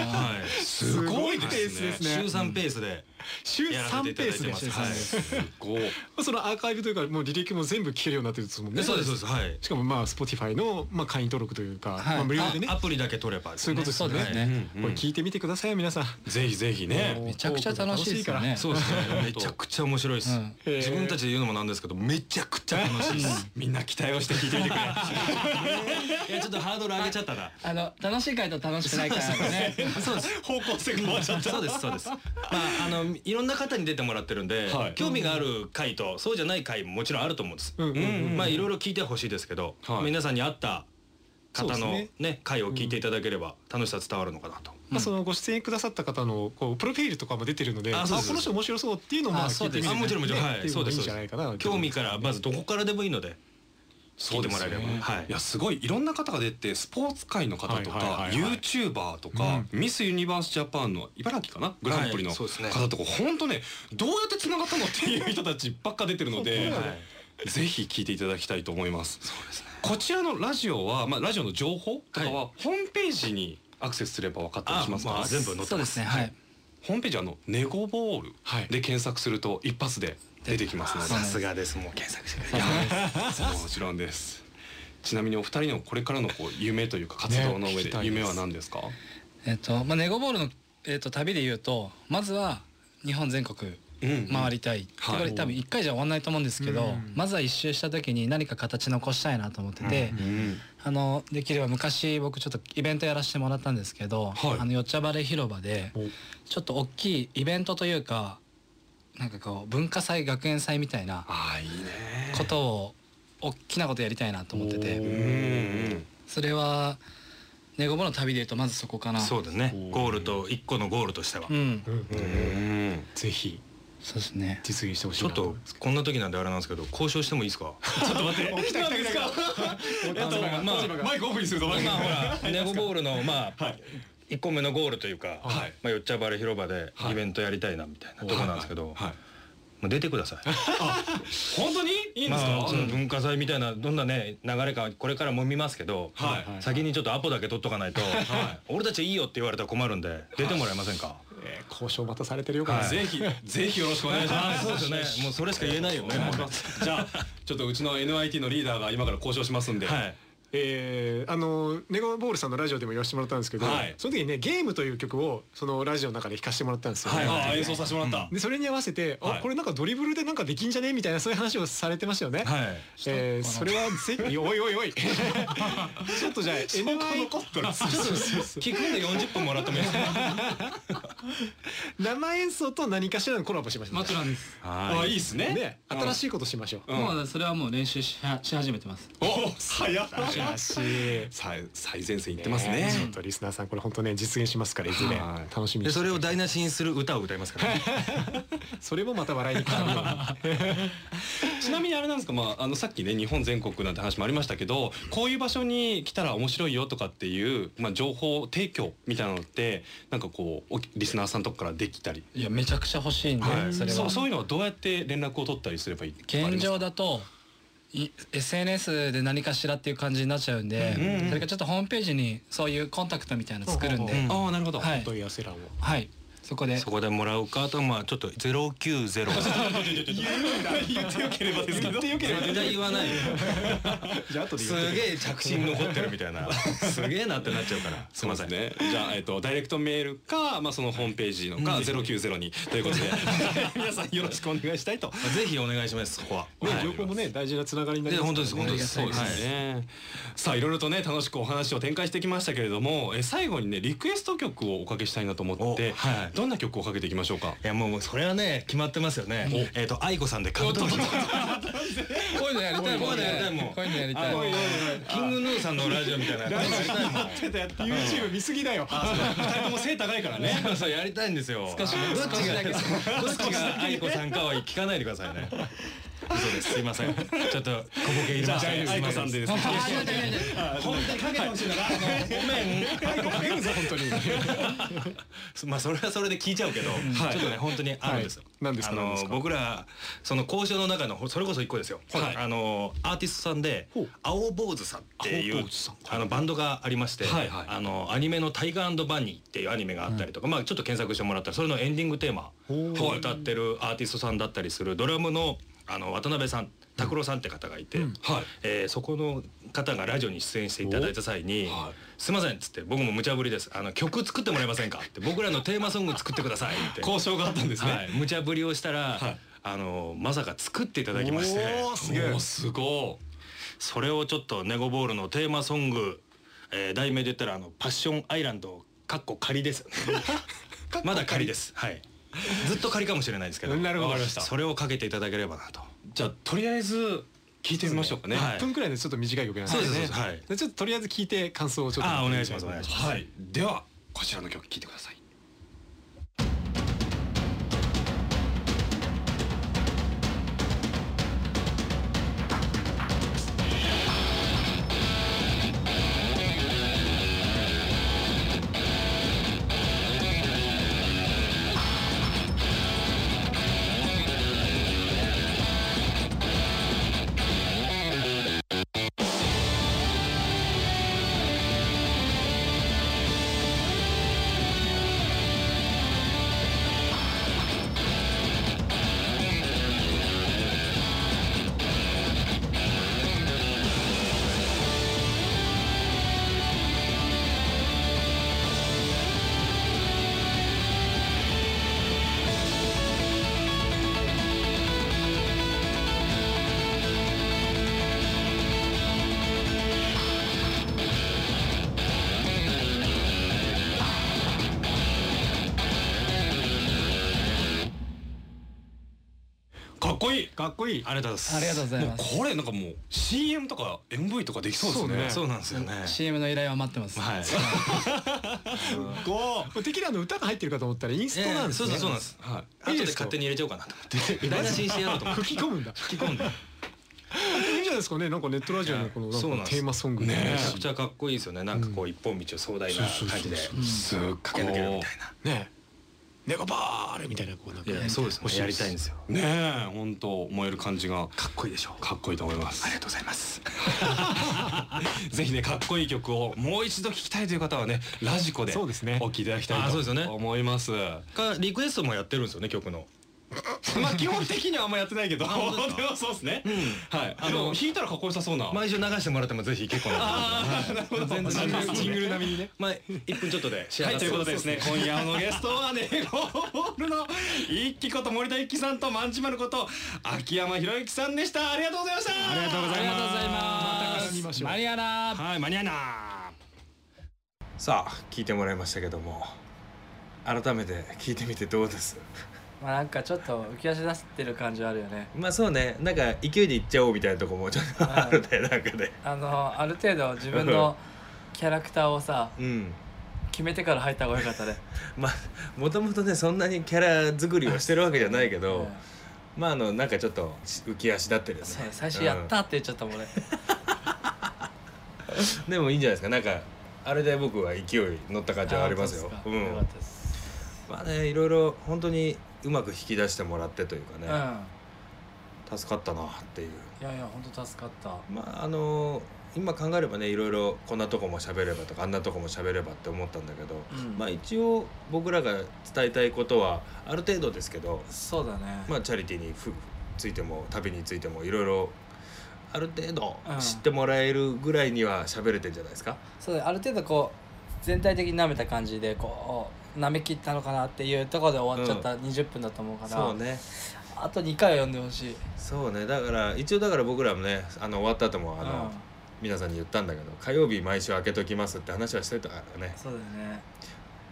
Speaker 2: い、
Speaker 5: すごいペースですね
Speaker 2: 週3ペースで
Speaker 5: 週
Speaker 2: やらせていた
Speaker 5: 3ペ
Speaker 2: だ
Speaker 5: ー
Speaker 2: い
Speaker 5: ス
Speaker 2: て
Speaker 5: で
Speaker 2: ます
Speaker 8: 週三ペース
Speaker 7: こう
Speaker 5: そのアーカイブというかもう履歴も全部聞けるようになってるんですもん
Speaker 2: で
Speaker 5: ね
Speaker 2: そうですそうですはい
Speaker 5: しかもまあ Spotify のまあ会員登録というか、
Speaker 8: はい
Speaker 5: まあ、無料でね
Speaker 2: あアプリだけ取れば
Speaker 5: そういうことですよね
Speaker 8: そうですね
Speaker 5: これ聞いてみてくださいよ皆さん
Speaker 7: ぜひぜひね
Speaker 8: めちゃくちゃ楽しいですよね
Speaker 2: そうですねめちゃくちゃ面白いです、
Speaker 8: うん
Speaker 5: へー
Speaker 2: 自分たちで言うのもなんですけどめちゃくちゃ楽しいです
Speaker 7: みんな期待をして聞いてみて くれ
Speaker 2: いやちょっとハードル上げちゃったな
Speaker 8: あの楽しい回と楽しくない回がね
Speaker 2: そうです。方向性変 わっちゃった。そうですそうです。まああのいろんな方に出てもらってるんで、
Speaker 7: はい
Speaker 2: 興味がある回とそうじゃない回ももちろんあると思うんです。
Speaker 5: うんうんうん
Speaker 2: まあいろいろ聞いてほしいですけど、
Speaker 7: はい
Speaker 2: 皆さんに合った方
Speaker 5: そ
Speaker 2: の
Speaker 5: う
Speaker 2: ね
Speaker 5: で
Speaker 2: 回を聞いていただければ楽しさ伝わるのかなと。
Speaker 5: まあ、そのご出演くださった方のこうプロフィールとかも出てるので
Speaker 2: あ
Speaker 5: あ
Speaker 2: そうです
Speaker 5: この人面白そうっていうのをまあ
Speaker 8: あ
Speaker 5: 聞いてみ
Speaker 2: あ
Speaker 5: る
Speaker 2: もちろんもちろん
Speaker 5: ね
Speaker 2: はい
Speaker 5: っていうのもいいんじゃないかな
Speaker 2: 興味からまずどこからでもいいので。聞いてもらえれば、
Speaker 7: そうですね
Speaker 2: はい
Speaker 7: いやすごいいろんな方が出てスポーツ界の方と
Speaker 5: は
Speaker 7: か
Speaker 5: いはいはいはい
Speaker 7: YouTuber とか、ミス・ユニバース・ジャパンの茨城かなグランプリの
Speaker 2: はいそ
Speaker 7: 方
Speaker 2: うですね
Speaker 7: とか、ほんとねどうやってつながったのっていう人たちばっか出てるので、ぜひ聞いていただきたいと思います。こちらのラジオは、まあ、ラジオの情報とかは、ホームページにアクセスすれば分かったりしますか、
Speaker 2: あまあ全部載って
Speaker 8: そう
Speaker 2: ま。
Speaker 8: ですすねはい
Speaker 7: ホームページあの「ネゴボール
Speaker 5: はい」
Speaker 7: で検索すると一発で出てきますので、
Speaker 8: そう
Speaker 2: さすがですもう検索してくれて
Speaker 7: もちろんです。ちなみにお二人のこれからのこう夢というか活動の上
Speaker 5: ね聞き
Speaker 7: で
Speaker 5: たいです
Speaker 7: 夢は何ですか？
Speaker 8: えっとまあネゴボールのえっと旅で言うとまずは日本全国
Speaker 7: うん
Speaker 8: 回りたい、
Speaker 7: はい
Speaker 8: これ多分1回じゃ終わんないと思うんですけど、
Speaker 5: うん
Speaker 8: まずは1周した時に何か形残したいなと思ってて、あのできれば昔僕ちょっとイベントやらせてもらったんですけど、
Speaker 7: はい
Speaker 8: あのよっちゃばれ広場でちょっと大きいイベントというかなんかこう文化祭学園祭みたいな
Speaker 7: ああいいね。
Speaker 8: ことを大きなことやりたいなと思って
Speaker 7: う
Speaker 8: て
Speaker 7: ん
Speaker 8: それはネゴボの旅で言うとまずそこかな。
Speaker 2: そうだね。ゴールと一個のゴールとしては。
Speaker 8: うん、
Speaker 5: うんうん
Speaker 7: うん。
Speaker 5: ぜひ
Speaker 8: そうですね
Speaker 5: 実現してほしい
Speaker 2: ちょ
Speaker 5: な
Speaker 2: っとこんな時なんであれなんですけど交渉してもいいですか ちょっと待ってえっとまあ
Speaker 7: マイクオフにするとマイク
Speaker 2: まあほらネゴボールのまあ1個目のゴールというか、
Speaker 7: はい
Speaker 2: まあ、よっちゃばれ広場でイベントやりたいなみたいなとこなんですけど、
Speaker 7: はい。
Speaker 2: まあ、出てください。
Speaker 7: 本当にいいんです
Speaker 2: まあ、
Speaker 7: か
Speaker 2: そ？の文化祭みたいなどんなね流れかこれからも見ますけど、
Speaker 7: はい
Speaker 5: はい
Speaker 2: 先にちょっとアポだけ取っとかないと、俺たちいいよって言われたら困るんで出てもらえませんか、
Speaker 5: えー交渉またされてるよかな、
Speaker 7: ぜひぜひよろしくお願いし
Speaker 2: あ
Speaker 7: ま
Speaker 2: あ
Speaker 7: す。
Speaker 2: そうですよねもうそれしか言えないよねもうね
Speaker 7: じゃあちょっとうちの NIT のリーダーが今から交渉しますんで。
Speaker 2: はい
Speaker 5: えーあのネゴボールさんのラジオでも言わせてもらったんですけど、
Speaker 7: はい
Speaker 5: その時にねゲームという曲をそのラジオの中で弾かせてもらったんですよ、
Speaker 7: はい。ああ演奏させてもらった。
Speaker 5: でそれに合わせて、
Speaker 7: は
Speaker 5: あ
Speaker 7: い
Speaker 5: これなんかドリブルでなんかできんじゃねみたいなそういう話をされてましたよね。えーそれはぜおいおい おいちょっとじゃあ NY
Speaker 2: 聞くんで40分もらってもいいですか
Speaker 5: 生演奏と何かしらのコラボしましょう
Speaker 8: もちろんです
Speaker 7: ああいいですね。
Speaker 5: ね新しいことしましょう、
Speaker 7: ん
Speaker 8: もうそれはもう練習しし始めてます
Speaker 7: お早っ。
Speaker 5: 新しい
Speaker 7: 最最前線行ってますね。
Speaker 5: ちょっとリスナーさんこれ本当ね実現しますからいずれ
Speaker 7: はい
Speaker 5: 楽しみ
Speaker 2: で
Speaker 5: にして
Speaker 2: それを台無しにする歌を歌いますから、ね、
Speaker 5: それもまた笑いに変わるように
Speaker 7: ちなみにあれなんですか、まあ、あのさっきね日本全国なんて話もありましたけどこういう場所に来たら面白いよとかっていう、まあ、情報提供みたいなのってなんかこうおリスナーさんとかからできたり、
Speaker 8: いやめちゃくちゃ欲しいんで、
Speaker 7: そ
Speaker 8: それは
Speaker 7: うそういうのはどうやって連絡を取ったりすればいい
Speaker 8: 現状
Speaker 7: だ
Speaker 8: だとい SNS で何かしらっていう感じになっちゃうんで、
Speaker 7: うんうん
Speaker 8: それからちょっとホームページにそういうコンタクトみたいなの作るんで、
Speaker 7: ああなる ほど、
Speaker 8: はい
Speaker 5: 問い合わせ欄を
Speaker 8: はいそこで
Speaker 2: そこでもらうかあとはまあちょっと090
Speaker 7: 言 ってよければですけど
Speaker 2: 絶対言わないよ
Speaker 5: じゃあ後で す
Speaker 2: げえ着信残ってるみたいな すげえなってなっちゃうからす
Speaker 7: す
Speaker 2: い
Speaker 7: み
Speaker 2: ません
Speaker 7: ませんね。じゃあ、えっと、ダイレクトメールか、まあ、そのホームページのか、ゼロ九ゼロに、ということ で。皆さん、よろしくお願いしたいと。
Speaker 2: ぜひお願いしますそこは、
Speaker 5: ね
Speaker 2: はい
Speaker 5: 情報もね大事なつながりになりますか
Speaker 2: いや本当
Speaker 5: らね
Speaker 2: です本当です
Speaker 5: はい
Speaker 2: そうです
Speaker 7: ね。さあ、いろいろとね、楽しくお話を展開してきましたけれども、え、最後にね、リクエスト曲をおかけしたいなと思って
Speaker 2: お。はい
Speaker 7: どんな曲をかけていきましょうか。
Speaker 2: いやもうそれはね決まってますよねえっ、と愛子さんでカウントダウン
Speaker 8: こういうのやりたいもんね
Speaker 2: こ
Speaker 8: こういうのやりたい
Speaker 2: あもうキングヌーさんのラジオみたいなやつ やりたいもん
Speaker 5: ちょっとやって YouTube 見すぎだよ
Speaker 7: 二人とも背高いからね。
Speaker 2: ね、そうやりたいんですよ。どっちが、どっちが愛子さんかは聞かないでくださいね。嘘です。すいません。ちょっと小ボケ入れました。
Speaker 7: 愛子さんでですね。
Speaker 2: 本当にかけてほしいのか。あのごめん。愛子かけるぞ本当に。 まあそれはそれで聞いちゃうけど、ちょっとね本当にあるんですよ
Speaker 5: はい。何ですか
Speaker 2: あ
Speaker 5: 何で
Speaker 2: の
Speaker 5: すか
Speaker 2: 僕らその交渉の中のそれこそ一個ですよ。
Speaker 7: はい
Speaker 2: あのアーティストさんで
Speaker 5: ほう
Speaker 2: 青坊主さんってい
Speaker 7: 青
Speaker 2: う
Speaker 7: 坊主さん
Speaker 2: あのバンドがありまして、
Speaker 7: はいはい
Speaker 2: あのアニメのタイガーバニーっていうアニメがあったりとか、まあちょっと検索してもらったらそれのエンディングテーマを歌ってるアーティストさんだったりするドラムのあの渡辺さん拓郎さんって方がいて、
Speaker 7: はい。
Speaker 2: えーそこの方がラジオに出演していただいた際に「すいません」っつって「僕も無茶ぶりですあの曲作ってもらえませんか?」って「僕らのテーマソング作ってください」 って
Speaker 7: 交渉があったんです
Speaker 2: はい
Speaker 7: ね。
Speaker 2: 無茶ぶりをしたら、
Speaker 7: はい
Speaker 2: あのまさか作っていただきまして
Speaker 5: おーすげえ
Speaker 7: おーすごい。
Speaker 2: それをちょっとネゴボールのテーマソング、えー題名で言ったらあの「パッションアイランド」かっこ仮です まだ仮ですはいずっと仮かもしれないですけど
Speaker 5: なるほど
Speaker 2: わかりましたそれをかけていただければなと
Speaker 7: じゃあ、とりあえず、聞いてみましょうかね。
Speaker 2: はい
Speaker 5: 1分くらいのちょっと短い曲なんで
Speaker 2: そうです
Speaker 5: ね
Speaker 2: そうですはい
Speaker 5: でちょっととりあえず聞いて感想をちょっと
Speaker 2: あーお願いしますお願いします
Speaker 7: はい、ではこちらの曲聴いてください。かっこいい。
Speaker 5: かっこいい
Speaker 2: ありがとうございます
Speaker 8: ありがとうございます
Speaker 7: もうこれなんかもう CM とか MV とかできそうですね。
Speaker 2: そうなんですよね
Speaker 8: CM の依頼は待ってます、
Speaker 2: はい
Speaker 5: こうテキラの歌が入ってるかと思ったらインストなんですね
Speaker 2: ええそうなんですそうなんです、はい、
Speaker 5: いい
Speaker 2: 後
Speaker 5: で
Speaker 2: です
Speaker 5: か
Speaker 2: 勝手に入れちゃおうかなと思って台無しにしてやろうと思って
Speaker 5: 吹き込むんだ
Speaker 2: 吹き込んで
Speaker 5: いいんじゃないですかねなんかネットラジオのこの
Speaker 2: いやそう
Speaker 5: な
Speaker 2: なんん
Speaker 5: か
Speaker 2: です
Speaker 5: テーマソング
Speaker 2: め
Speaker 5: ね
Speaker 2: ちゃくちゃかっこいいですよねなんかこう一本道を壮大な感じで
Speaker 7: すっごい。
Speaker 2: 駆け抜けるみたい
Speaker 5: ねネコバールみたいなこうなんか
Speaker 2: ないやそうですねやりたいんですよ
Speaker 7: ねえ、本当燃える感じが
Speaker 2: かっこいいでしょう
Speaker 7: かっこいいと思います。
Speaker 2: ありがとうございます
Speaker 7: ぜひねかっこいい曲をもう一度聴きたいという方はねラジコで
Speaker 5: そうですね
Speaker 7: お聴きいただきた
Speaker 2: あそうで
Speaker 7: い
Speaker 2: す
Speaker 7: と
Speaker 2: よね
Speaker 7: 思います。
Speaker 2: かリクエストもやってるんですよね曲の
Speaker 7: まあ基本的にはあんまやってないけど、で
Speaker 2: 本当ですか
Speaker 7: もそうですね。はい。あの弾いたらかっこよさそうな。
Speaker 2: 毎週流してもらってもぜひ結構なんで全然違います
Speaker 5: ジングル並みにね
Speaker 2: まあ1分ちょっとで仕上
Speaker 7: は
Speaker 2: が
Speaker 7: い、
Speaker 2: って
Speaker 7: というこ
Speaker 2: ま
Speaker 7: とでですね、今夜のゲス トはね、ゴールの一輝こと森田一輝さんとマンチマルこと秋山博之さんでした。ありがとうございました。ありがとうご
Speaker 8: ありがとうございます
Speaker 5: 絡みましょう
Speaker 8: マリアナ
Speaker 7: す。はい、マニアナ。
Speaker 2: さあ聞いてもらいましたけども改めて聞いてみてどうです
Speaker 4: まあなんかちょっと浮き足出してる感じはあるよね
Speaker 2: まあそうねなんか勢いでいっちゃおうみたいなとこもちょっとあるねなんかね
Speaker 4: あのある程度自分 のキャラクターをさ
Speaker 2: うん
Speaker 4: 決めてから入った方が良かったね
Speaker 2: まあもともとねそんなにキャラ作りをしてるわけじゃないけ
Speaker 4: う
Speaker 2: ど
Speaker 4: ん
Speaker 2: まああのなんかちょっと浮き足立ってるよね
Speaker 4: そう最初「やった!」って言っちゃったもんね
Speaker 2: うんでもいいんじゃないですかなんかあれで僕は勢い乗った感じはありますよ
Speaker 4: 本
Speaker 2: う
Speaker 4: 当ですか
Speaker 2: ん
Speaker 4: よかったです
Speaker 2: まあねいろいろ本当にうまく引き出してもらってというか
Speaker 4: う
Speaker 2: ね、
Speaker 4: ん
Speaker 2: 助かったなっていう
Speaker 4: いやいや本当助かった
Speaker 2: まああの今考えればねいろいろこんなとこも喋ればとかあんなとこも喋ればって思ったんだけど、
Speaker 4: うん
Speaker 2: まあ一応僕らが伝えたいことはある程度ですけど、
Speaker 4: そうだね
Speaker 2: まあ、チャリティーにふついても旅についてもいろいろある程度
Speaker 4: うん
Speaker 2: 知ってもらえるぐらいには喋れてんじゃないですか、
Speaker 4: そうだねある程度こう全体的に舐めた感じでこう舐め切ったのかなっていうところで終わっちゃった20分だと思うから、
Speaker 2: そうね
Speaker 4: あと2回は読んでほしい
Speaker 2: そうねだから一応だから僕らもねあの終わった後もあの、
Speaker 4: うん
Speaker 2: 皆さんに言ったんだけど火曜日毎週開けときますって話はしてたからね
Speaker 4: そうだよね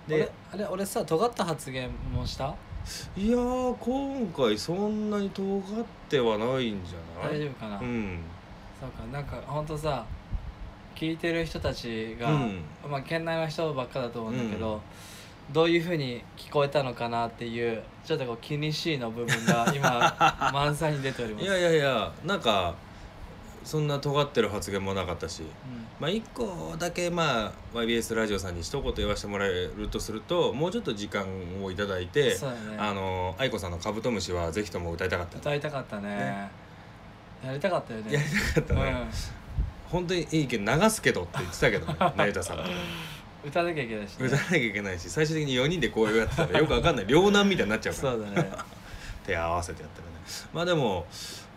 Speaker 2: で
Speaker 4: 俺あれ俺さ尖った発言もした
Speaker 2: いやー今回そんなに尖ってはないんじゃない
Speaker 4: 大丈夫かな、
Speaker 2: うん
Speaker 4: そうかなんかほんとさ聞いてる人たちが、
Speaker 2: うん
Speaker 4: まあ県内の人ばっかだと思うんだけど、どういうふうに聞こえたのかなっていうちょっとこう気にしいの部分 が今満載に出ております
Speaker 2: いやいやいやなんかそんな尖ってる発言もなかったし
Speaker 4: うん
Speaker 2: まあ、1個だけ、まあ、YBS ラジオさんに一言言わせてもらえるとするともうちょっと時間をいただいて、
Speaker 4: そうだね
Speaker 2: あの愛子さんの「カブトムシ」はぜひとも歌いたかった
Speaker 4: 歌いたかったねやりたかったよね
Speaker 2: やりたかったね、本当にいいけど流すけどって言ってたけどね 成田さんとか
Speaker 4: うん、歌わなきゃいけないし、ね、
Speaker 2: 歌わなきゃいけないし最終的に4人でこうやってたらよくわかんない両難みたいになっちゃうから
Speaker 4: そうだね
Speaker 2: 手合わせてやったらねまあでも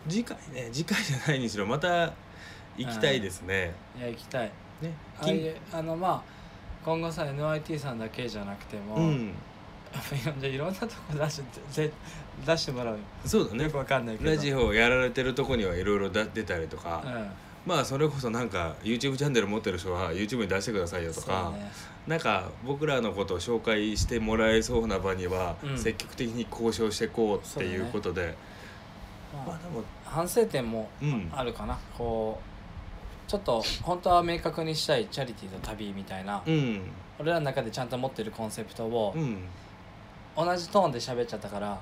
Speaker 2: 次回ね次回じゃないにしろまた行きたいですね、
Speaker 4: いや行きたい
Speaker 2: ね
Speaker 4: ああいうあのまあ今後さ NIT さんだけじゃなくても、
Speaker 2: うん
Speaker 4: じゃいろんなとこ出してぜ出してもらうよ
Speaker 2: そうだね
Speaker 4: よくわかんないけど
Speaker 2: ラジオをやられてるとこにはいろいろ出たりとか、
Speaker 4: うん
Speaker 2: まあそれこそなんか YouTube チャンネル持ってる人は YouTube に出してくださいよと
Speaker 4: そうだ
Speaker 2: か、
Speaker 4: ね
Speaker 2: なんか僕らのことを紹介してもらえそうな場には
Speaker 4: うん
Speaker 2: 積極的に交渉していこうっていうことで、ま
Speaker 4: ま
Speaker 2: あでも
Speaker 4: あ、反省点も
Speaker 2: うん
Speaker 4: あるかな、こうちょっと本当は明確にしたいチャリティーと旅みたいな、
Speaker 2: うん
Speaker 4: 俺らの中でちゃんと持ってるコンセプトを
Speaker 2: うん
Speaker 4: 同じトーンで喋っちゃったから、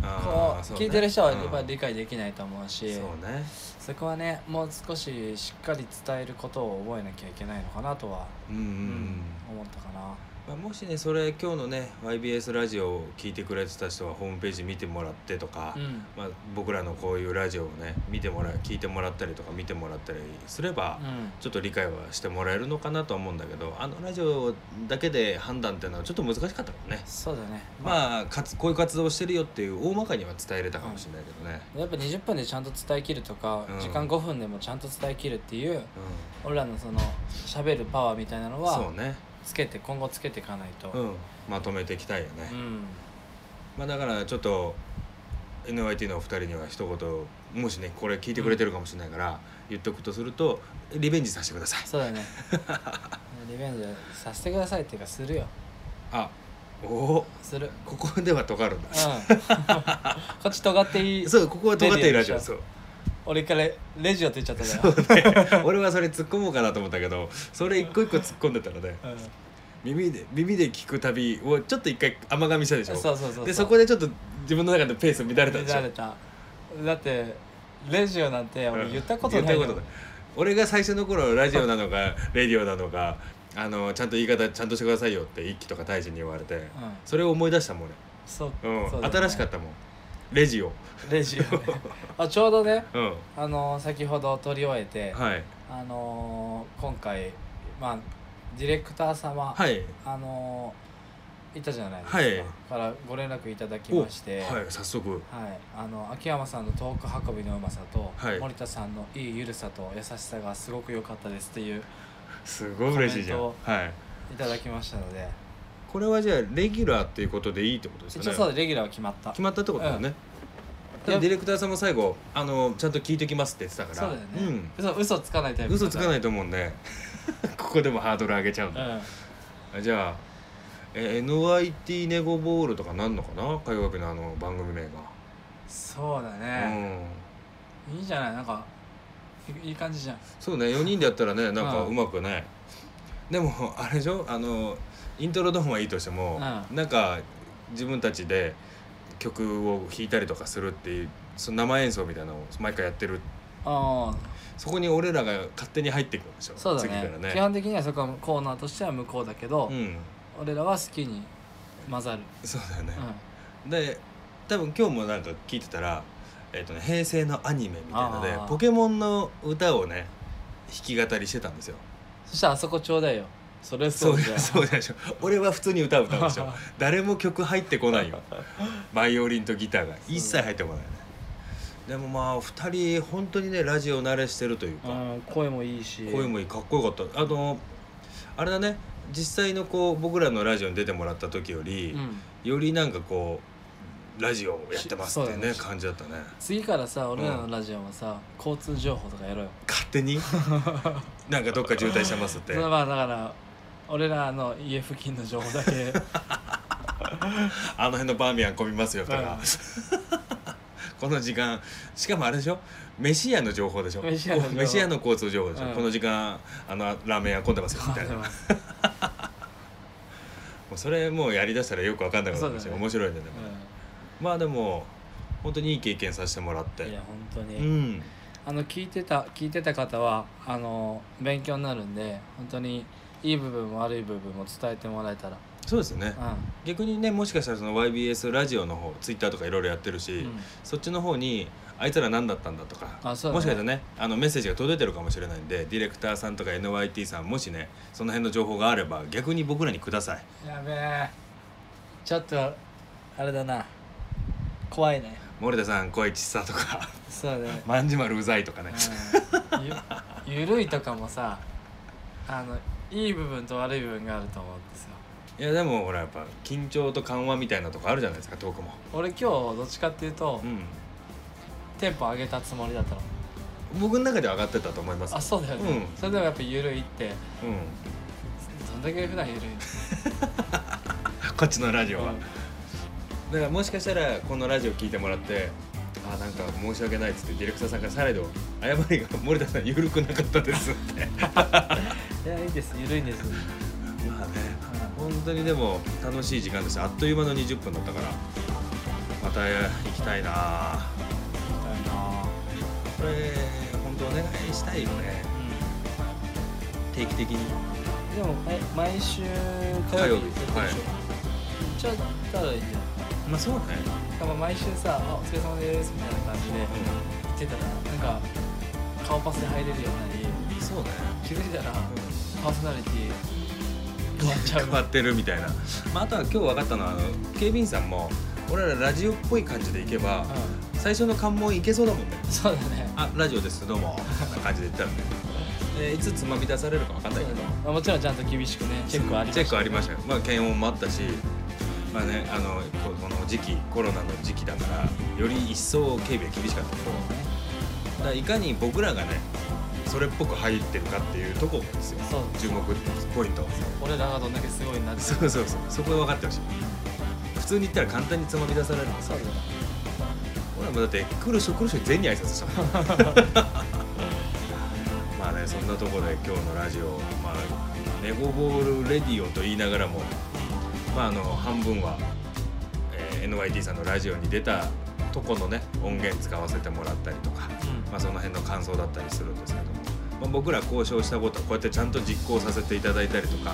Speaker 4: こ
Speaker 2: あ
Speaker 4: う
Speaker 2: ーそうね
Speaker 4: 聞いてる人はやっぱ
Speaker 2: うん
Speaker 4: 理解できないと思うし、
Speaker 2: そうね
Speaker 4: そこはねもう少ししっかり伝えることを覚えなきゃいけないのかなとは、
Speaker 2: うんうん、う
Speaker 4: うん
Speaker 2: ん
Speaker 4: 思ったかな
Speaker 2: まあ、もしねそれ今日のね YBS ラジオを聞いてくれてた人はホームページ見てもらってとか、
Speaker 4: うん
Speaker 2: まあ、僕らのこういうラジオをね見てもら聞いてもらったりとか見てもらったりすれば、
Speaker 4: うん
Speaker 2: ちょっと理解はしてもらえるのかなとは思うんだけどあのラジオだけで判断っていうのはちょっと難しかったからね
Speaker 4: そうだね
Speaker 2: まあかつこういう活動をしてるよっていう大まかには伝えれたかもしれないけどね、
Speaker 4: やっぱ20分でちゃんと伝えきるとか、
Speaker 2: うん
Speaker 4: 時間5分でもちゃんと伝えきるっていう
Speaker 2: う
Speaker 4: 俺らのその喋るパワーみたいなの
Speaker 2: んそ
Speaker 4: は
Speaker 2: うね、
Speaker 4: つけて今後つけていかないと、
Speaker 2: うん、まとめていきたいよね、
Speaker 4: うん
Speaker 2: まあ、だからちょっと NYT のお二人には一言もしねこれ聞いてくれてるかもしれないから言っとくとするとリベンジさせてください
Speaker 4: そうだね リベンジさせてくださいっていうかするよ
Speaker 2: あおお
Speaker 4: する
Speaker 2: ここでは尖るんだ
Speaker 4: うんこっち尖っていい
Speaker 2: そうここは尖ってるラジオ
Speaker 4: レディオでし
Speaker 2: そ
Speaker 4: ょ
Speaker 2: う
Speaker 4: 俺からレジオって言っちゃったじ
Speaker 2: 俺はそれ突っ込もうかなと思ったけどそれ一個一個突っ込んでたらね
Speaker 4: ゃん、うん、
Speaker 2: 耳で耳で聞く旅をちょっと一回甘噛みしたでしょ
Speaker 4: そうそうそうそう
Speaker 2: でそこでちょっと自分の中でペース乱れたでしょ
Speaker 4: 乱れただってレジオなんて俺言ったこと
Speaker 2: うん
Speaker 4: ない
Speaker 2: 言
Speaker 4: の
Speaker 2: ったことない俺が最初の頃ラジオなのかレディオなのかあのちゃんと言い方ちゃんとしてくださいよって一輝とか大臣に言われて、それを思い出したもん
Speaker 4: そう,、
Speaker 2: 俺、うん
Speaker 4: そうだね
Speaker 2: 新しかったもんレジオ
Speaker 4: レジオね あちょうどね
Speaker 2: うん
Speaker 4: あのー先ほど撮り終えて、
Speaker 2: はい
Speaker 4: あのー今回、まあ、ディレクター様、
Speaker 2: はい
Speaker 4: あのーいたじゃないですか、
Speaker 2: はい
Speaker 4: からご連絡いただきまして、
Speaker 2: はい早速
Speaker 4: はいあの秋山さんのトーク運びのうまさと、
Speaker 2: はい
Speaker 4: 森田さんのいいゆるさと優しさがすごく良かったですっていう
Speaker 2: すごい嬉しいじゃん
Speaker 4: コ
Speaker 2: は
Speaker 4: メン
Speaker 2: い
Speaker 4: いただきましたので
Speaker 2: これはじゃあレギュラーっていうことでいいってことです
Speaker 4: 一
Speaker 2: よ
Speaker 4: 応
Speaker 2: ね
Speaker 4: そうだレギュラーは決まった
Speaker 2: 決まったってことだよね、多
Speaker 4: いや
Speaker 2: 分ディレクターさんも最後あのちゃんと聞いてきますって言ってたから
Speaker 4: そうだよね、嘘嘘つかないタイ
Speaker 2: う
Speaker 4: プ、
Speaker 2: ん、嘘つかないいと思うんで ここでもハードル上げちゃうん
Speaker 4: う
Speaker 2: だ、
Speaker 4: ん、
Speaker 2: じゃあえ NYT ネゴボールとかなんのかな火曜日のあの番組名
Speaker 4: そうだ
Speaker 2: が、
Speaker 4: ね、いいじゃないなんかいいい感じじゃん
Speaker 2: うんそうね4人でやったらね なんか
Speaker 4: うん
Speaker 2: うまくね、でもあれでしょあのイントロドンはいいとしても、
Speaker 4: う
Speaker 2: なんか自分たちで曲を弾いたりとかするっていうその生演奏みたいなのを毎回やってる
Speaker 4: ああ
Speaker 2: そこに俺らが勝手に入っていくんでしょ
Speaker 4: そうだ
Speaker 2: 次か
Speaker 4: ね
Speaker 2: ら
Speaker 4: 基
Speaker 2: ね
Speaker 4: 本的にはそこはコーナーとしては向こうだけど、
Speaker 2: うん
Speaker 4: 俺らは好きに混ざる、
Speaker 2: そうだよね、
Speaker 4: うん
Speaker 2: で多分今日もなんか聞いてたらえっとね、平成のアニメみたいので
Speaker 4: あー
Speaker 2: ポケモンの歌をね弾き語りしてたんですよ
Speaker 4: そしたらあそこちょうだいよそれ
Speaker 2: そ
Speaker 4: そうう
Speaker 2: で
Speaker 4: じゃん
Speaker 2: し そうでしょ俺は普通に歌を歌うんです よ誰も曲入ってこないよバイオリンとギターが一切入ってこないねでもまあ2人本当にねラジオ慣れしてるというか、
Speaker 4: うん声もいいし
Speaker 2: 声もいいかっこよかったあのあれだね実際のこう僕らのラジオに出てもらった時より、
Speaker 4: うん
Speaker 2: よりなんかこうラジオやってますって
Speaker 4: そうだ
Speaker 2: ね
Speaker 4: ね
Speaker 2: 感じだったね
Speaker 4: 次からさ俺らのラジオもさ、交通情報とかやろうよ
Speaker 2: 勝手 になんかどっか渋滞してますって
Speaker 4: それはだから俺らの家付近の情報 だけ
Speaker 2: あの辺のバーミヤン混みますよとか、 この時間しかもあれでしょ飯屋の情報でしょ
Speaker 4: 飯屋の情報
Speaker 2: 飯屋の交通情報でしょ、
Speaker 4: うん
Speaker 2: この時間あのラーメン屋混んでますよみたい なもうそれもうやりだしたらよく分かんなくなるんですよ、
Speaker 4: そうだね
Speaker 2: 面白いんでね、まあでも本当にいい経験させてもらっ
Speaker 4: うんいや
Speaker 2: て
Speaker 4: 本当に、
Speaker 2: うん
Speaker 4: あの聞いてた聞いてた方はあの勉強になるんで本当にいい部分も悪い部分も伝えてもらえたら、
Speaker 2: そうですよね
Speaker 4: う
Speaker 2: 逆にねもしかしたらその YBS ラジオの方ツイッターとかいろいろやってるし、
Speaker 4: んうん
Speaker 2: そっちの方にあいつら何だったんだとか
Speaker 4: あそうだね
Speaker 2: もしかしたらねあのメッセージが届いてるかもしれないんでディレクターさんとか NYT さんもしねその辺の情報があれば逆に僕らにください
Speaker 4: やべえちょっとあれだな怖いね
Speaker 2: 森田さん声ちっさとか
Speaker 4: そうだね
Speaker 2: まんじまるうざいとかね
Speaker 4: うんゆゆ るいとかもさあのいい部分と悪い部分があると思うんですよ
Speaker 2: いやでもほらやっぱ緊張と緩和みたいなとこあるじゃないですかトークも
Speaker 4: 俺今日どっちかっていうと、
Speaker 2: うん
Speaker 4: テンポ上げたつもりだったの
Speaker 2: 僕の中では上がってたと思います
Speaker 4: あそうだよね、
Speaker 2: うん
Speaker 4: それでもやっぱゆるいって
Speaker 2: うん
Speaker 4: どんだけ普段ゆるい
Speaker 2: こっちのラジオは、
Speaker 4: うん
Speaker 2: だからもしかしたらこのラジオ聞いてもらってあなんか申し訳ないっつってディレクターさんからされど謝りが森田さん緩くなかったですって
Speaker 4: いやいいですゆるいんです
Speaker 2: まあね本当にでも楽しい時間でしたあっという間の20分だったからまた行きたいなこれ本当お願いしたいよね定期的に
Speaker 4: でもえ毎週
Speaker 2: 火曜
Speaker 4: 火曜
Speaker 2: 日
Speaker 4: 日
Speaker 2: は
Speaker 4: はいいちょっとらいいじ
Speaker 2: まあそうね
Speaker 4: ゃんなんか毎週さ「あお疲れ様です」みたいな感じで言ってたらなんか顔パスで入れるようになり
Speaker 2: そうね
Speaker 4: 気づいたらパーソナリティ変わっちゃう
Speaker 2: 変わってるみたいな、まあ、あとは今日分かったのはあの警備員さんも俺らラジオっぽい感じで行けば
Speaker 4: う
Speaker 2: 最初の関門いけそうだもんね
Speaker 4: んそうだね
Speaker 2: あラジオですどうもこんな感じで言ったらね、えーいつつまみ出されるか分かんないけど
Speaker 4: まあもちろんちゃんと厳しくねチェックはありま
Speaker 2: チェ
Speaker 4: し
Speaker 2: ックありましたよまあ検温もあったしまあねあのここの時期コロナの時期だからより一層警備が厳しかったけどだからいかに僕らがねそれっぽく入ってるかっていうところですよ
Speaker 4: そう
Speaker 2: 注目ポイント
Speaker 4: 俺らがどんだけすごいなって
Speaker 2: そうそうそうそこが分かってほしい普通に言ったら簡単につまみ出されるのさ俺らもだって来る人来る人に全員に挨拶したもん まあねそんなとこで今日のラジオまあネゴボールレディオと言いながらもまああの半分は、えー NYT さんのラジオに出たとこのね音源使わせてもらったりとか、まあ、その辺の感想だったりするんですけども、まあ、僕ら交渉したことはこうやってちゃんと実行させていただいたりとか、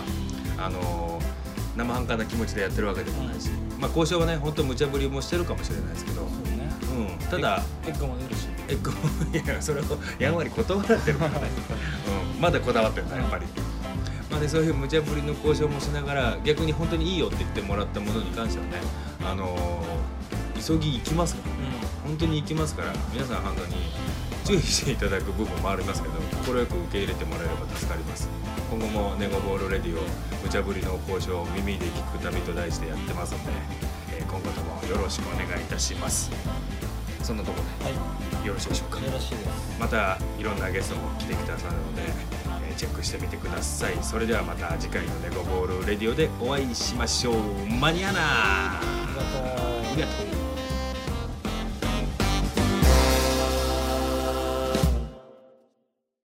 Speaker 2: あのー生半可な気持ちでやってるわけでもないし、まあ、交渉はね本当無茶ぶりもしてるかもしれないですけど、
Speaker 4: ね
Speaker 2: うん、ただ
Speaker 4: エッグも出るし
Speaker 2: えこう いやそれをやんわり断られてるからね、うん、まだこだわってるんだやっぱり、まあね、そういう無茶ぶりの交渉もしながら逆に本当にいいよって言ってもらったものに関してはね、あのー急ぎ行きますから、本当に行きますから皆さん本当に注意していただく部分もありますけど快く受け入れてもらえれば助かります今後も「ネゴボールレディオ無茶ぶりの交渉を耳で聞く旅」と題してやってますので、えー今後ともよろしくお願いいたしますそんなところで、よろしいでしょうか
Speaker 4: よろしいです
Speaker 2: またいろんなゲストも来てくださるので、えーチェックしてみてくださいそれではまた次回の「ネゴボールレディオ」でお会いしましょうマニアナありがとう